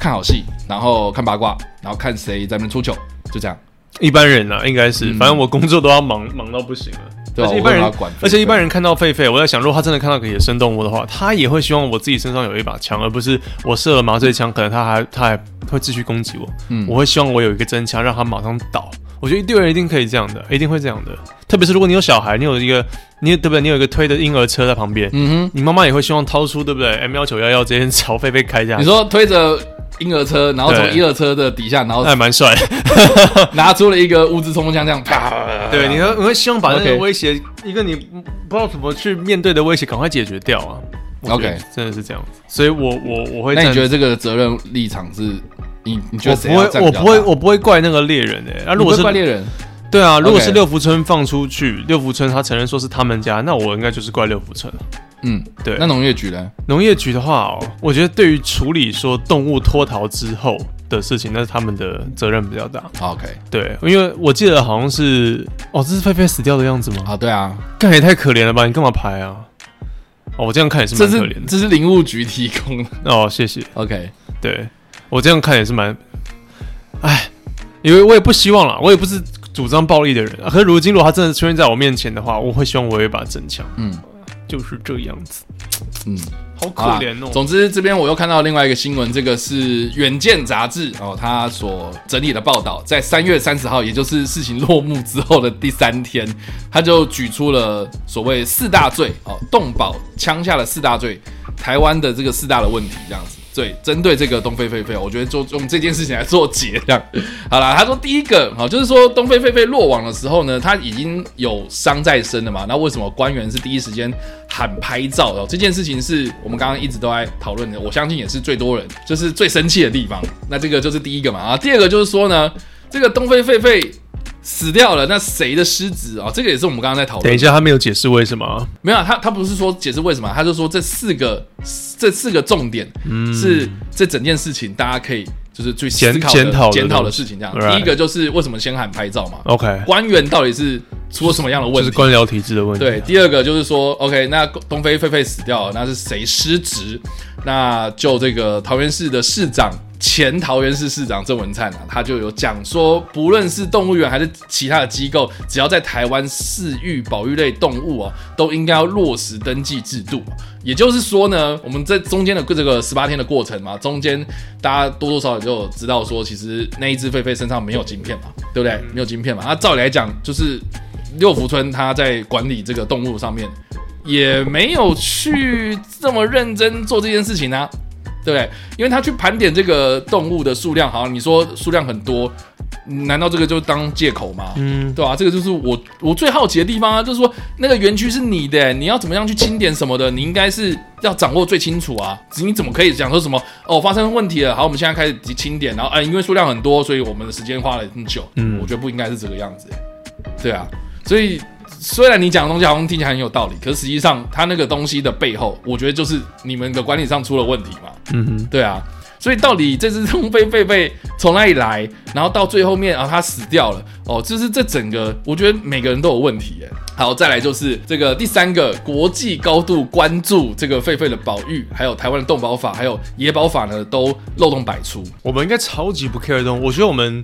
B: 看好戏，然后看八卦，然后看谁在那边出糗，就这样。
C: 一般人啊，应该是，反正我工作都要忙忙到不行了。
B: 对啊
C: 而且一般
B: 我
C: 人
B: 都把它管，废
C: 而且一般人看到狒狒，我在想，如果他真的看到个野生动物的话，他也会希望我自己身上有一把枪，而不是我射了麻醉枪，可能他还他还会继续攻击我。我会希望我有一个真枪，让他马上倒。我觉得一堆人一定可以这样的，一定会这样的。特别是如果你有小孩，你有一个，你对不对？你有一个推的婴儿车在旁边，嗯哼，你妈妈也会希望掏出对不对 M 幺九幺幺直接 <laughs> 朝狒狒开下
B: 你
C: 去，
B: 说推着婴儿车，然后从
C: 对
B: 婴儿车的底下，然后
C: 那还蛮帅的。
B: 拿出了一个物资冲锋枪，这样啪。
C: 对，你会你会希望把那
B: 啊 OK
C: 个威胁，一个你不知道怎么去面对的威胁，赶快解决掉啊。我觉得
B: OK
C: 真的是这样子，所以我我我会
B: 那
C: 站。
B: 你觉得这个责任立场是？你你觉
C: 我
B: 得
C: 不
B: 谁要
C: 会，
B: 站
C: 我
B: 比较
C: 不会，
B: 大
C: 我不会怪那个猎人诶、啊，如果
B: 你
C: 是
B: 不会怪猎人，
C: 对啊，如果是
B: OK
C: 六福村放出去，六福村他承认说是他们家，那我应该就是怪六福村了。
B: 嗯，
C: 对
B: 那农业局呢？
C: 农业局的话、哦，我觉得对于处理说动物脱逃之后的事情，那是他们的责任比较大。
B: 好，OK，
C: 对，因为我记得好像是哦，这是狒狒死掉的样子吗？
B: 啊，对啊，
C: 干也太可怜了吧！你干嘛拍啊？哦，我这样看也是
B: 这
C: 蛮可怜
B: 是
C: 的。
B: 这是林务局提供的。
C: 哦，谢谢。
B: OK，
C: 对我这样看也是蛮，哎，因为我也不希望啦，我也不是主张暴力的人、啊。可是如今如果他真的出现在我面前的话，我会希望我有一把真枪。
B: 嗯，
C: 就是这样子，
B: 嗯，
C: 好可
B: 好啦
C: 怜哦。
B: 总之，这边我又看到另外一个新闻，这个是《远见》杂志哦，它所整理的报道，在三月三十号，也就是事情落幕之后的第三天，他就举出了所谓四大罪哦，动保枪下的四大罪，台湾的这个四大的问题这样子。对，针对这个东非狒狒，我觉得就用这件事情来做结这样。好啦，他说第一个好，就是说东非狒狒落网的时候呢，他已经有伤在身了嘛，那为什么官员是第一时间喊拍照哦？这件事情是我们刚刚一直都在讨论的，我相信也是最多人就是最生气的地方。那这个就是第一个嘛啊，第二个就是说呢，这个东非狒狒。死掉了，那谁的失职啊？这个也是我们刚刚在讨论的
C: 等一。下，他没有解释为什么啊。
B: 没有啊，他他不是说解释为什么，啊他就说这四个这四个重点、
C: 嗯
B: 是这整件事情大家可以就是去思考的
C: 检检讨的
B: 检讨的
C: 东西
B: 事情。这样，
C: Right
B: 第一个就是为什么先喊拍照嘛
C: OK，
B: 官员到底是出了什么样的
C: 就
B: 问
C: 是
B: 题？
C: 官僚体制的问题。啊
B: 对，，第二个就是说，OK，那东非狒狒死掉了，那是谁失职？那就这个桃园市的市长，前桃园市市长郑文灿啊，他就有讲说，不论是动物园还是其他的机构，只要在台湾饲育保育类动物哦，都应该要落实登记制度。啊也就是说呢，我们在中间的这个十八天的过程嘛，中间大家多多少少就有知道说，其实那一只狒狒身上没有晶片嘛，对不对？没有晶片嘛，那照理来讲，就是六福村他在管理这个动物上面也没有去这么认真做这件事情啊，对不对？因为他去盘点这个动物的数量，好，你说数量很多，难道这个就当借口吗？
C: 嗯
B: 嗯，对吧、这个就是我我最好奇的地方啊，就是说那个园区是你的，欸你要怎么样去清点什么的，你应该是要掌握最清楚啊。你怎么可以讲说什么哦发生问题了，好，我们现在开始清点，然后哎、因为数量很多，所以我们的时间花了很久。
C: 嗯
B: 嗯，我觉得不应该是这个样子。对啊，所以虽然你讲的东西好像听起来很有道理，可是实际上它那个东西的背后，我觉得就是你们的管理上出了问题嘛。
C: 嗯哼，
B: 对啊，所以到底这只通飞狒狒从哪里来，然后到最后面啊，它死掉了哦，就是这整个，我觉得每个人都有问题耶。好，再来就是这个第三个，国际高度关注这个狒狒的保育，还有台湾的动保法，还有野保法呢，都漏洞百出。
C: 我们应该超级不 care 这种。我觉得我们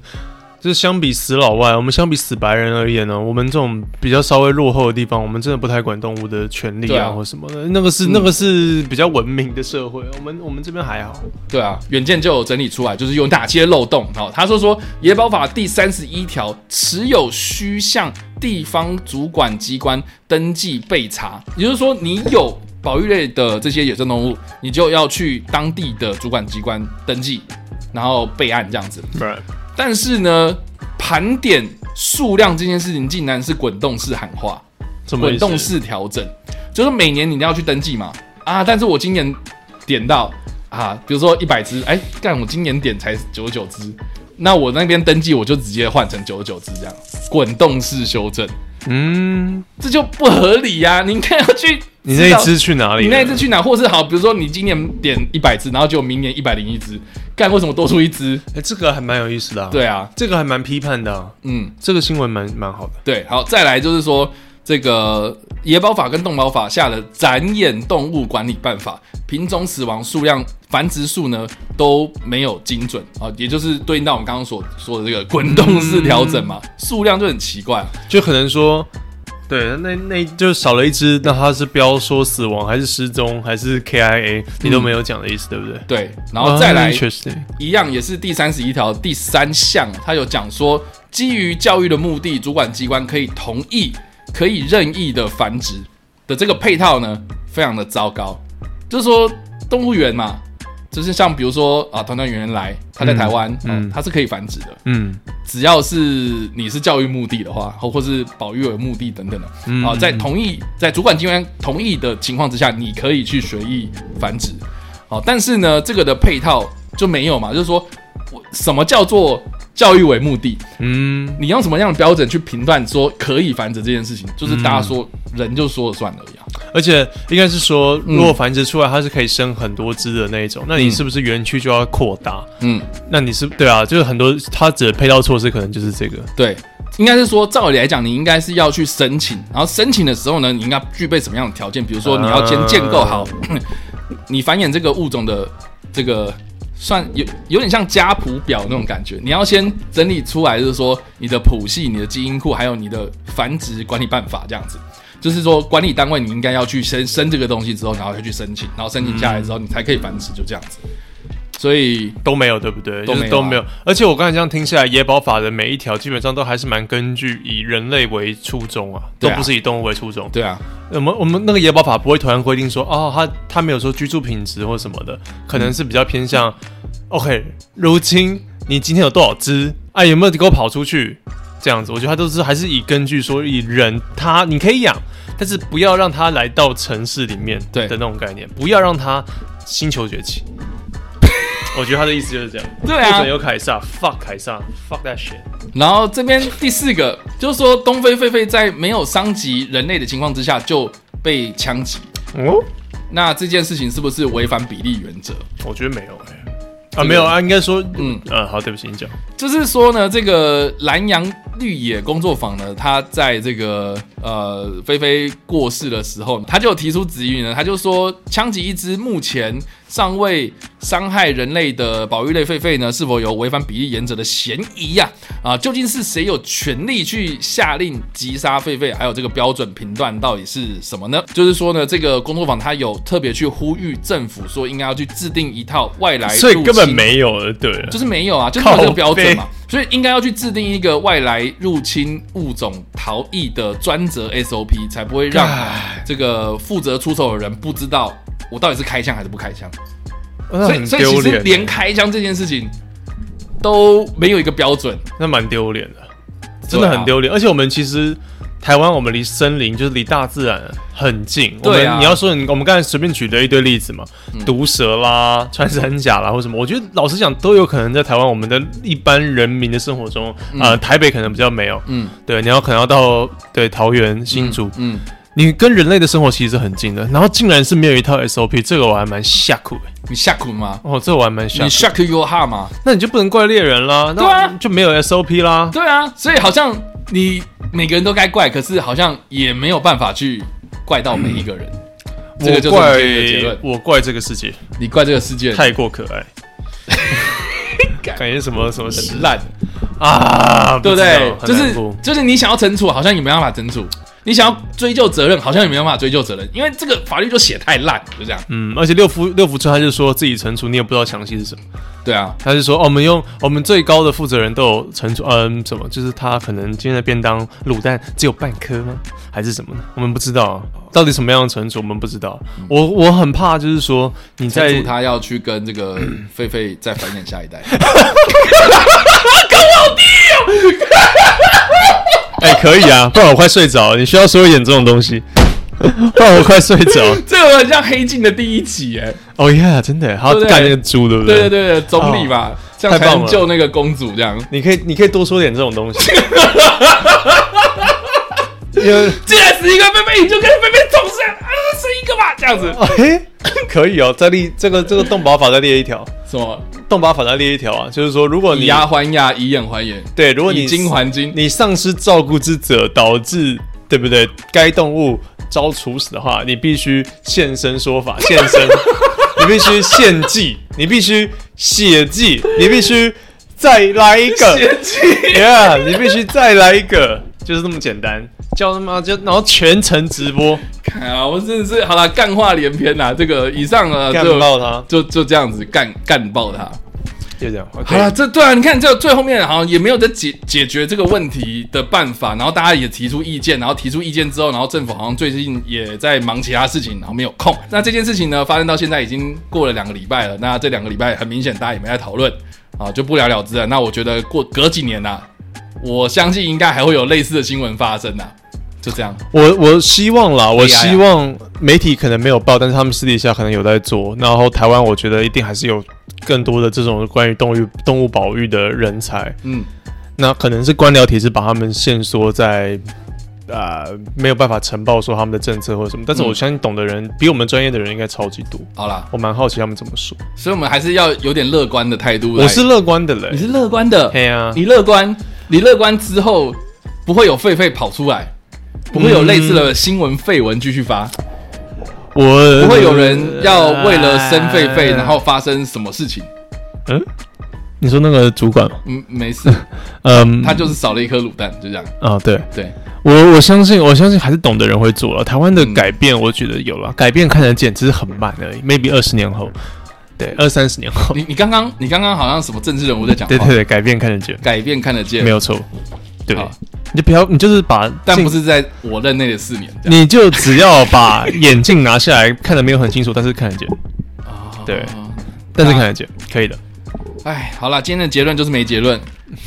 C: 就是相比死老外，我们相比死白人而言呢，我们这种比较稍微落后的地方，我们真的不太管动物的权利
B: 对
C: 啊
B: 啊
C: 或什么的。那个是、那个是比较文明的社会，我们我们这边还好。
B: 对啊，远见就有整理出来，就是有哪些漏洞。好、他说说《野保法》第三十一条，持有需向地方主管机关登记备查，也就是说，你有保育类的这些野生动物，你就要去当地的主管机关登记，然后备案这样子。
C: Right，
B: 但是呢，盘点数量这件事情竟然是滚动式喊话，
C: 什么意
B: 滚
C: 思
B: 动？式调整，就是每年你都要去登记嘛啊，但是我今年点到啊，比如说一百只，哎，干我今年点才九十九只，那我那边登记我就直接换成九十九只这样，滚动式修正，
C: 嗯，
B: 这就不合理呀、你应该要去
C: 你那
B: 知
C: 一
B: 道
C: 只去哪里啊
B: 你
C: 了？
B: 那一只去哪，或是好，比如说你今年点一百只，然后结果明年一百零一只，干为什么多出一只？
C: 哎、这个还蛮有意思的、啊。，
B: 对啊，
C: 这个还蛮批判的、啊。
B: 嗯。
C: 这个新闻蛮蛮好的。
B: 对，好，再来就是说，这个野保法跟动保法下的展演动物管理办法，品种死亡数量、繁殖数呢都没有精准啊，也就是对应到我们刚刚所说的这个滚动式调整嘛，数量就很奇怪。啊
C: 就可能说，对，那那就少了一只，那它是标说死亡还是失踪还是 KIA，你都没有讲的意思，对不对？
B: 对，然后再来
C: i n t e r e s t i n
B: 一样也是第三十一条第三项，它有讲说，基于教育的目的，主管机关可以同意可以任意的繁殖的这个配套呢，非常的糟糕。就是说，动物园嘛，就是像比如说啊，团团圆圆来，它在台湾，
C: 嗯
B: 嗯，它是可以繁殖的，
C: 嗯，
B: 只要是你是教育目的的话，或或是保育为目的等等的，啊，在同意在主管机关同意的情况之下，你可以去随意繁殖，好、但是呢，这个的配套就没有嘛，就是说，我什么叫做教育为目的？
C: 嗯，
B: 你用什么样的标准去评断说可以繁殖这件事情？就是大家说、人就说了算而已啊，
C: 而且应该是说，如果繁殖出来，它是可以生很多只的那一种，那你
B: 嗯
C: 是不是园区就要扩大？
B: 嗯，
C: 那你是对啊，就是很多它指的配套措施可能就是这个，
B: 对，应该是说，照理来讲，你应该是要去申请，然后申请的时候呢，你应该具备什么样的条件？比如说，你要先建构好、你繁衍这个物种的这个算有有点像家谱表那种感觉，你要先整理出来，就是说你的谱系、你的基因库，还有你的繁殖管理办法这样子。就是说，管理单位你应该要去申申这个东西之后，然后再去申请，然后申请下来之后，你才可以繁殖，就这样子。所以，
C: 都没有，对不对？
B: 都
C: 就是
B: 没有啊
C: 都没有。而且我刚才这样听下来，野保法的每一条基本上都还是蛮根据以人类为初衷啊，都
B: 对啊
C: 不是以动物为初衷。
B: 对啊，
C: 我们我们那个野保法不会突然规定说，哦，他他没有说居住品质或什么的，可能是比较偏向、o k 如今你今天有多少只，哎、有没有给我跑出去这样子？我觉得他都是还是以根据说以人他你可以养，但是不要让他来到城市里面
B: 对
C: 的那种概念，不要让他星球崛起。我觉得他的意思就是这样，
B: 对
C: 不
B: 啊
C: 准，有凯撒，fuck 凯撒，fuck that shit。
B: 然后这边第四个就是说，东非狒狒在没有伤及人类的情况之下就被枪击，
C: 哦，
B: 那这件事情是不是违反比例原则？
C: 我觉得没有哎、啊没有啊，应该说，嗯
B: 嗯
C: 呃，好，对不起，你讲。
B: 就是说呢，这个南洋绿野工作坊呢，他在这个呃菲菲过世的时候，他就提出质疑呢，他就说枪击一只目前尚未伤害人类的保育类狒狒呢，是否有违反比例原则的嫌疑呀、啊？究竟是谁有权利去下令击杀狒狒？还有这个标准评断到底是什么呢？就是说呢，这个工作坊他有特别去呼吁政府说，应该要去制定一套外来入侵，
C: 所以根本没有了，对了，
B: 就是没有啊，就是没有这个标准嘛
C: 靠，
B: 所以应该要去制定一个外来入侵物种逃逸的专责 SOP，才不会让
C: 唉
B: 这个负责出手的人不知道我到底是开枪还是不开枪。
C: 那
B: 所以，
C: 很
B: 所以
C: 丢欸
B: 其实
C: 脸。
B: 连开枪这件事情都没有一个标准。
C: 那蛮丢脸的，
B: 啊
C: 真的很丢脸。而且我们其实台湾，我们离森林就是离大自然很近。我
B: 对啊嗯
C: 们你要说你，我们刚才随便举了一堆例子嘛，毒蛇啦、穿山甲啦或什么，我觉得老实讲都有可能在台湾我们的一般人民的生活中，呃，台北可能比较没有。
B: 嗯
C: 嗯，对，你要可能要到对桃园、新竹，
B: 嗯，
C: 你跟人类的生活其实很近的，然后竟然是没有一套 SOP，这个我还蛮吓苦的。
B: 你下苦吗？
C: 哦，这个我还蛮
B: 你
C: 吓苦。
B: shark your heart 吗？
C: 那你就不能怪猎人啦，
B: 对啊
C: 那就没有 SOP 啦。
B: 对啊，所以好像你每个人都该怪，可是好像也没有办法去怪到每一个人。
C: 嗯
B: 这个
C: 我
B: 就是我们
C: 怪
B: 今天的结论。
C: 我怪这个世界
B: 你怪这个世界
C: 太过可
B: <laughs>
C: 爱，感觉什么什么时
B: 烂，
C: 啊，
B: 对不
C: 知
B: 对
C: 道？很
B: 就是
C: 难过
B: 就是你想要惩处，好像也没办法惩处；你想要追究责任，好像也没办法追究责任，因为这个法律就写太烂，就这样。
C: 嗯，而且六福六福村他就说自己惩处，你也不知道详细是什么，
B: 对啊，
C: 他就说、哦、我们用我们最高的负责人都有惩处，嗯，什么就是他可能今天的便当卤蛋只有半颗吗？还是什么呢？我们不知道到底什么样的惩处，我们不知道。我我很怕，就是说你在
B: 惩处他要去跟这
C: <clears throat>
B: 个狒狒再繁衍
C: <laughs>
B: 下一代。
C: 哎、可以 <laughs> 啊，不然我快睡着了。你需要说一点这种东西， <laughs> 不然我快睡着。
B: 这个很像《黑镜》的第一集，哎，
C: <laughs> 哦耶，真的，他要
B: 对不对
C: 干那个猪，对不
B: 对
C: 对？哦
B: 对对对，总理嘛，这样才
C: 太棒
B: 能
C: 了
B: 救那个公主，这样。
C: 你可以，你可以多说点这种东西。 <laughs> 因为，
B: 既然十一个狒狒，你就跟狒狒同生啊，生一个吧，这样子。
C: 哎、可以哦，再立这个这个动保法再列一条，
B: 什么
C: 动保法再列一条啊，就是说，如果
B: 以
C: 你
B: 牙还牙，以眼还眼，
C: 对，如果
B: 以
C: 你
B: 金还金，
C: 你丧失照顾之责，导致对不对？该动物遭处死的话，你必须现身说法，现 <laughs> 身，你必须献祭，你必须血祭，你必须再来一个
B: 血祭，
C: ，yeah，你必须再来一个，就是这么简单。叫他妈就然后全程直播
B: 看啊，我真的是好了，干话连篇呐、这个以上呢，
C: 干
B: 就
C: 爆他，
B: 就就这样子干干爆他。
C: 就这样。
B: 好
C: OK，
B: 了，这对啊，你看这最后面好像也没有在解解决这个问题的办法，然后大家也提出意见，然后提出意见之后，然后政府好像最近也在忙其他事情，然后没有空。那这件事情呢，发生到现在已经过了两个礼拜了，那这两个礼拜很明显大家也没在讨论啊，就不了了之了。那我觉得过隔几年呐、啊我相信应该还会有类似的新闻发生呐、啊就这样，
C: 我我希望啦，我
B: AI 啊
C: 希望媒体可能没有报，但是他们私底下可能有在做。然后台湾，我觉得一定还是有更多的这种关于动物动物保育的人才。
B: 嗯。
C: 那可能是官僚体制把他们限缩在。呃，没有办法呈报说他们的政策或什么，但是
B: 嗯
C: 我相信懂的人、比我们专业的人应该超级多。
B: 好啦，
C: 我蛮好奇他们怎么说。
B: 所以我们还是要有点乐观的态度来。
C: 我是乐观的嘞
B: 你，是乐观的，
C: 嘿啊
B: 你乐观，你乐观之后不会有狒狒跑出来，不会有类似的新闻绯闻继续发，
C: 我
B: 不会有人要为了生狒狒然后发生什么事情。
C: 嗯，你说那个主管吗？
B: 嗯，没 <laughs> 事，
C: 嗯，
B: 他就是少了一颗卤蛋，就这样。
C: 啊，对，
B: 对，
C: 我我相信，我相信还是懂的人会做了。台湾
B: 嗯
C: 的改变，我觉得有了，改变看得见，只是很慢而已。maybe 二十年后，对，二三十年后，
B: 你你刚刚你刚刚好像什么政治人物在讲话，
C: 对对对，改变看得见，
B: 改变看得见，
C: 没有，错。对
B: 好，
C: 你就不要，你就是把，
B: 但不，是在我任内的四年。这样
C: 你就只要把眼镜拿下来，看得没有很清楚，但是看得见，
B: 哦
C: 对，但是看得见，可以的。
B: 哎，好啦，今天的结论就是没结论，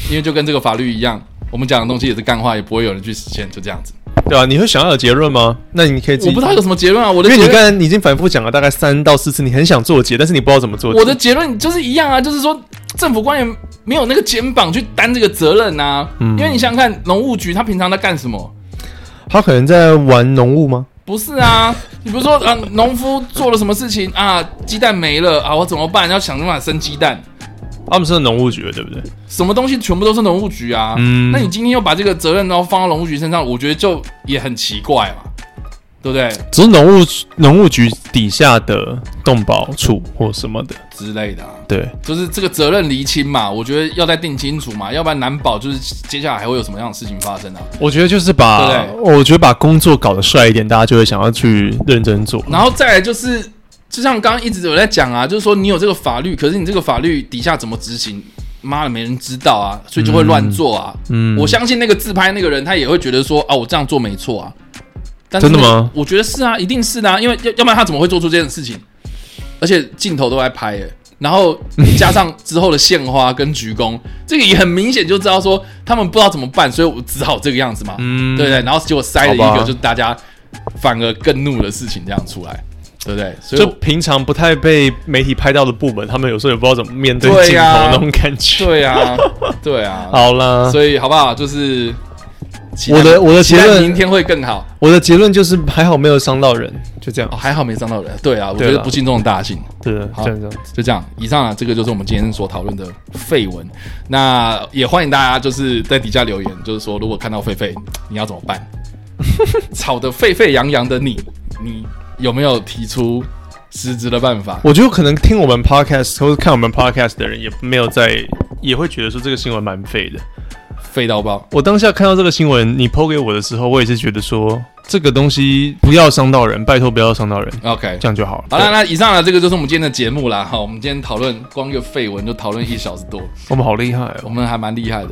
B: 因为就跟这个法律一样，我们讲的东西也是干话，也不会有人去实现，就这样子。
C: 对啊，你会想要有结论吗？那你可以自己，
B: 我不知道有什么结论啊，我的
C: 因为
B: 结
C: 你
B: 论
C: 刚才你已经反复讲了大概三到四次，你很想做结，但是你不知道怎么做结。
B: 我的结论就是一样啊，就是说政府官员没有那个肩膀去担这个责任啊。因为你想想看，农务局他平常在干什么？
C: 他可能在玩农务吗？
B: 不是啊，你比如说啊，农夫做了什么事情啊，鸡蛋没了啊，我怎么办？要想办法生鸡蛋，
C: 他们是农务局的，对不对？
B: 什么东西全部都是农务局啊。
C: 嗯
B: 那你今天又把这个责任然后放到农务局身上，我觉得就也很奇怪嘛，对不对？
C: 只是农务农务局底下的动保处或什么的，
B: 之类的、啊，
C: 对，
B: 就是这个责任厘清嘛，我觉得要再定清楚嘛，要不然难保就是接下来还会有什么样的事情发生啊。
C: 我觉得就是把，
B: 对不
C: 我觉得把工作搞得帅一点，大家就会想要去认真做。
B: 然后再来就是，就像刚刚一直有在讲啊，就是说你有这个法律，可是你这个法律底下怎么执行，妈的没人知道啊，所以就会乱做啊。嗯，我相信那个自拍那个人，他也会觉得说，啊，我这样做没错啊。但是
C: 真的吗
B: 我觉得是啊，一定是的、啊，因为要要不然他怎么会做出这件事情？而且镜头都在拍、欸，然后加上之后的献花跟鞠躬，这个也很明显就知道说他们不知道怎么办，所以我只好这个样子嘛，对不对？然后结果塞了一
C: 嗯好吧
B: 个就是大家反而更怒的事情这样出来，对不对？所以
C: 就
B: 我
C: 平常不太被媒体拍到的部门，他们有时候也不知道怎么面对
B: 对
C: 镜头
B: 呀
C: 那种感觉。
B: 对
C: <laughs>
B: 啊，对啊，
C: 好啦，
B: 所以好不好？就是期待
C: 我的我的
B: 期
C: 结
B: 待
C: 论
B: 明天会更好。
C: 我的结论就是还好没有伤到人，就这样。
B: 哦，还好没伤到人。对啊，我觉
C: 对
B: 得
C: 啦
B: 不幸中的大幸。
C: 对的，
B: 好
C: 这样这样。
B: 就这样，以上啊，这个就是我们今天所讨论的绯闻。那也欢迎大家就是在底下留言，就是说如果看到狒狒，你要怎么
C: <laughs>
B: 办？吵得沸沸扬扬的你，你有没有提出实质的办法？
C: 我觉得可能听我们 podcast 或者看我们 podcast 的人也没有在，也会觉得说这个新闻蛮废的。
B: 废到爆！
C: 我当下看到这个新闻，你抛给我的时候，我也是觉得说这个东西不要伤到人，拜托不要伤到人，
B: OK，
C: 这样就好了。
B: 好了，那以上呢，这个就是我们今天的节目啦。好，我们今天讨论光一个绯闻就讨论一小时多，
C: 我们好厉害哦！
B: 我们还蛮厉害的。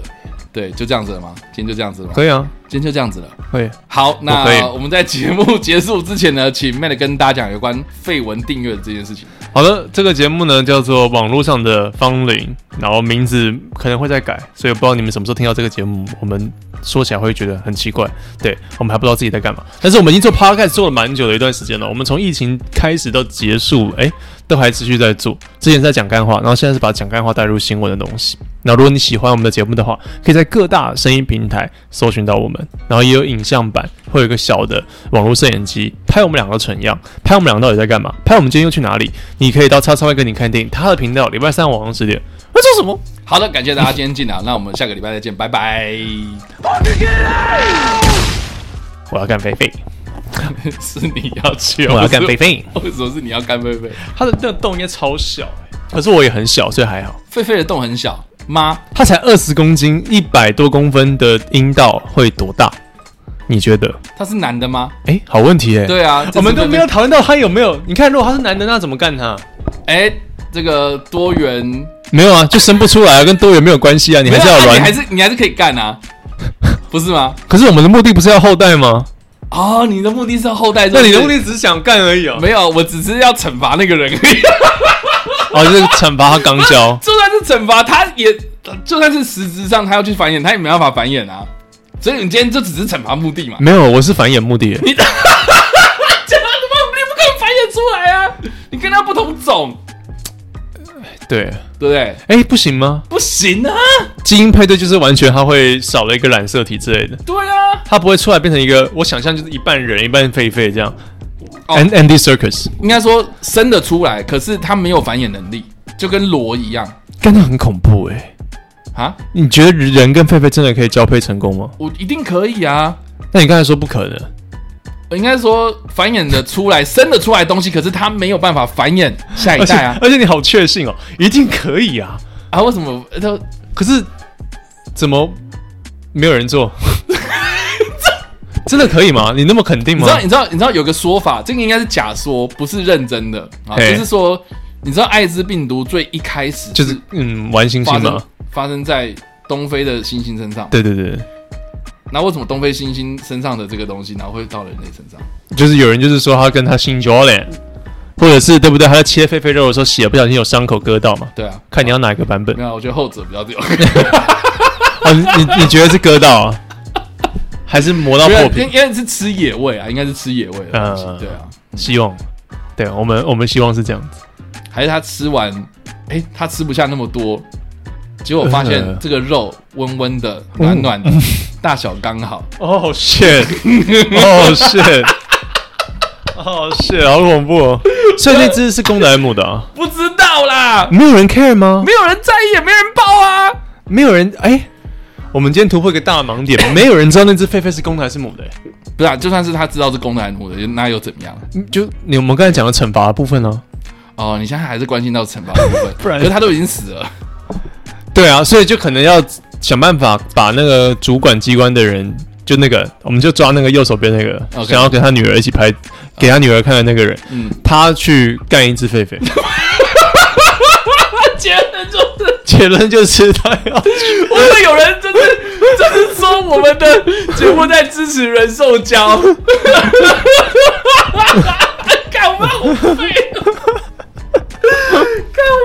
B: 对，就这样子了吗？今天就这样子了吗？
C: 可以啊，
B: 今天就这样子了。
C: 可以。
B: 好，
C: 可以
B: 那我们在节目结束之前呢，请 Matt 跟大家讲有关绯闻订阅这件事情。
C: 好的，这个节目呢叫做《网络上的芳龄》，然后名字可能会再改，所以不知道你们什么时候听到这个节目，我们说起来会觉得很奇怪。对我们还不知道自己在干嘛，但是我们已经做 podcast 做了蛮久的一段时间了，我们从疫情开始到结束，哎、都还持续在做。之前是在讲干话，然后现在是把讲干话带入新闻的东西。那如果你喜欢我们的节目的话，可以在各大声音平台搜寻到我们，然后也有影像版，会有一个小的网络摄影机拍我们两个蠢样，拍我们两个到底在干嘛，拍我们今天又去哪里。你可以到叉叉 Y 跟你看电影，他的频道礼拜三晚上十点。那做什么？
B: 好的，感谢大家今天进来，那我们下个礼拜再见，拜拜。
C: 我要干菲菲，
B: <laughs> 是你要去，
C: 我要干
B: 不
C: 菲
B: 是
C: 菲。
B: 为什么是你要干狒狒？
C: 他的那个洞应该超小、可是我也很小，所以还好。
B: 狒狒的洞很小吗？
C: 他才二十公斤，一百多公分的阴道会多大？你觉得？
B: 它是男的吗？
C: 哎、好问题哎、
B: 对 <laughs> 啊，
C: 我们都没有
B: 这是狒狒。
C: 讨论到他有没有。你看，如果他是男的，那怎么干他？
B: 哎，这个多元
C: 没有啊，就生不出来啊，跟多元没有关系啊。你还是
B: 没有
C: 要
B: 啊
C: 卵。
B: 你还是你还是可以干 <laughs> 啊，不是吗？
C: 可是我们的目的不是要后代吗？
B: 哦，你的目的是后代，
C: 那你
B: 是
C: 的
B: 不
C: 目
B: 是
C: 的只是想干而已啊。
B: 没有，我只是要惩罚那个人 <laughs> 而已。。
C: 哦，就是惩罚他肛交
B: 就算是惩罚，他也就算是实质上他要去繁衍，他也没办法繁衍啊。所以你今天就只是惩罚目的嘛？
C: <laughs> 没有，我是繁衍目的
B: <laughs>
C: 耶。
B: 这样他妈你不可能繁衍出来啊！你跟他不同种，
C: 对，
B: 对不对？
C: 哎，不行吗？
B: 不行啊！
C: 基因配对就是完全它会少了一个染色体之类的，
B: 对啊，
C: 它不会出来变成一个我想象就是一半人一半狒狒这样。
B: 哦
C: And Andy Circus，
B: 应该说生得出来，可是他没有繁衍能力，就跟罗一样
C: 干的很恐怖哎、
B: 啊！
C: 你觉得人跟狒狒真的可以交配成功吗？
B: 我一定可以啊！
C: 那你刚才说不可能，
B: 应该说繁衍的出来，生得出来的东西，可是他没有办法繁衍下一
C: 而且
B: 代啊！
C: 而且你好确信哦，一定可以啊。
B: 啊，为什么他
C: 可是怎么没有人做？ <laughs> 真的可以吗？你那么肯定
B: 你
C: 吗
B: 知？道，你知道，你知道有个说法，这个应该是假说，不是认真的啊。
C: 嘿
B: 就是说，你知道艾滋病毒最一开始
C: 就是嗯，玩星
B: 发
C: 星
B: 生
C: 嘛。
B: 发生在东非的猩猩身上。
C: 对对对，
B: 那为什么东非猩猩身上的这个东西，然后会到人类身上？
C: 就是有人就是说他跟他性交嘞，或者是对不对？他在切狒狒肉的时候血不小心有伤口割到嘛？
B: 对啊，
C: 看你要哪一个版本
B: 没有啊，我觉得后者比较
C: <laughs>
B: 有。
C: 哦？你你你觉得是割到、啊， <laughs> 还是磨到
B: 因
C: 破
B: 为因
C: 皮？
B: 为是吃野味啊，应该是吃野味的东西。
C: 嗯
B: 对啊，
C: 希望，对我们我们希望是这样子。
B: 还是他吃完，哎、他吃不下那么多，结果发现
C: 呃嗯
B: 这个肉温温的、暖暖的，大小刚好。
C: 哦、shit！哦、shit！哦、shit！好恐怖哦！所以那只是公的还是母的啊？
B: 不知道啦，
C: <laughs> 没有人 care 吗？
B: 没有人在意，也没人报啊。
C: 没有人哎、我们今天突破一个大盲点，没有人知道那只狒狒是公的还是母的、欸。
B: 不是啊，就算是他知道是公的还是母的，那又怎么样？
C: 就你我们刚才讲的惩罚的部分呢、
B: 哦，你现在还是关心到惩罚的部分，
C: <laughs> 不然
B: 可是他都已经死了，
C: 对啊，所以就可能要想办法把那个主管机关的人，就那个，我们就抓那个右手边那个
B: OK
C: 想要跟他女儿一起拍，给他女儿看的那个人，
B: 嗯
C: 他去干一只狒狒。
B: 结论
C: <laughs> 结论就
B: 就是，
C: 是他要去，
B: 我们有人就是就是说我们的节目在支持人兽交， <laughs> 干嘛我们好废哦？看我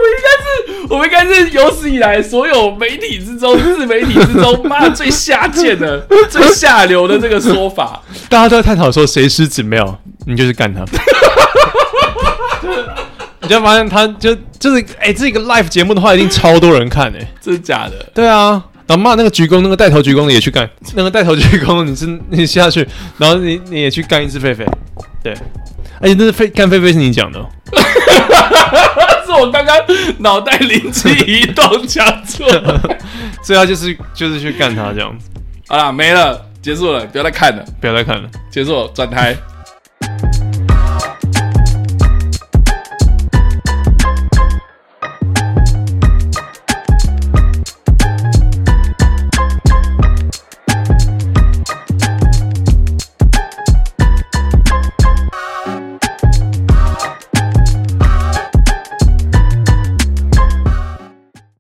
B: 们应该有史以来所有媒体之中、自媒体之中，妈的最下贱的、 <laughs> 最下流的这个说法。
C: <laughs> 大家都在探讨说谁失职没有，你就是干 <laughs> 他。你就发现他就就是哎、这个 live 节目的话，一定超多人看哎、
B: 真的假的？
C: 对啊，然后骂那个鞠躬，那个带头鞠躬的也去干，那个带头鞠躬，你是 <laughs> 你下去，然后你你也去干一只狒狒，对，而且那是狒干狒狒是你讲的、哦，
B: 但是我刚刚脑袋灵机一动讲错了。
C: 所以他就是就是去干他这样子，
B: 好啦，没了，结束了，不要再看了，
C: 不要再看了，
B: 结束了，转台。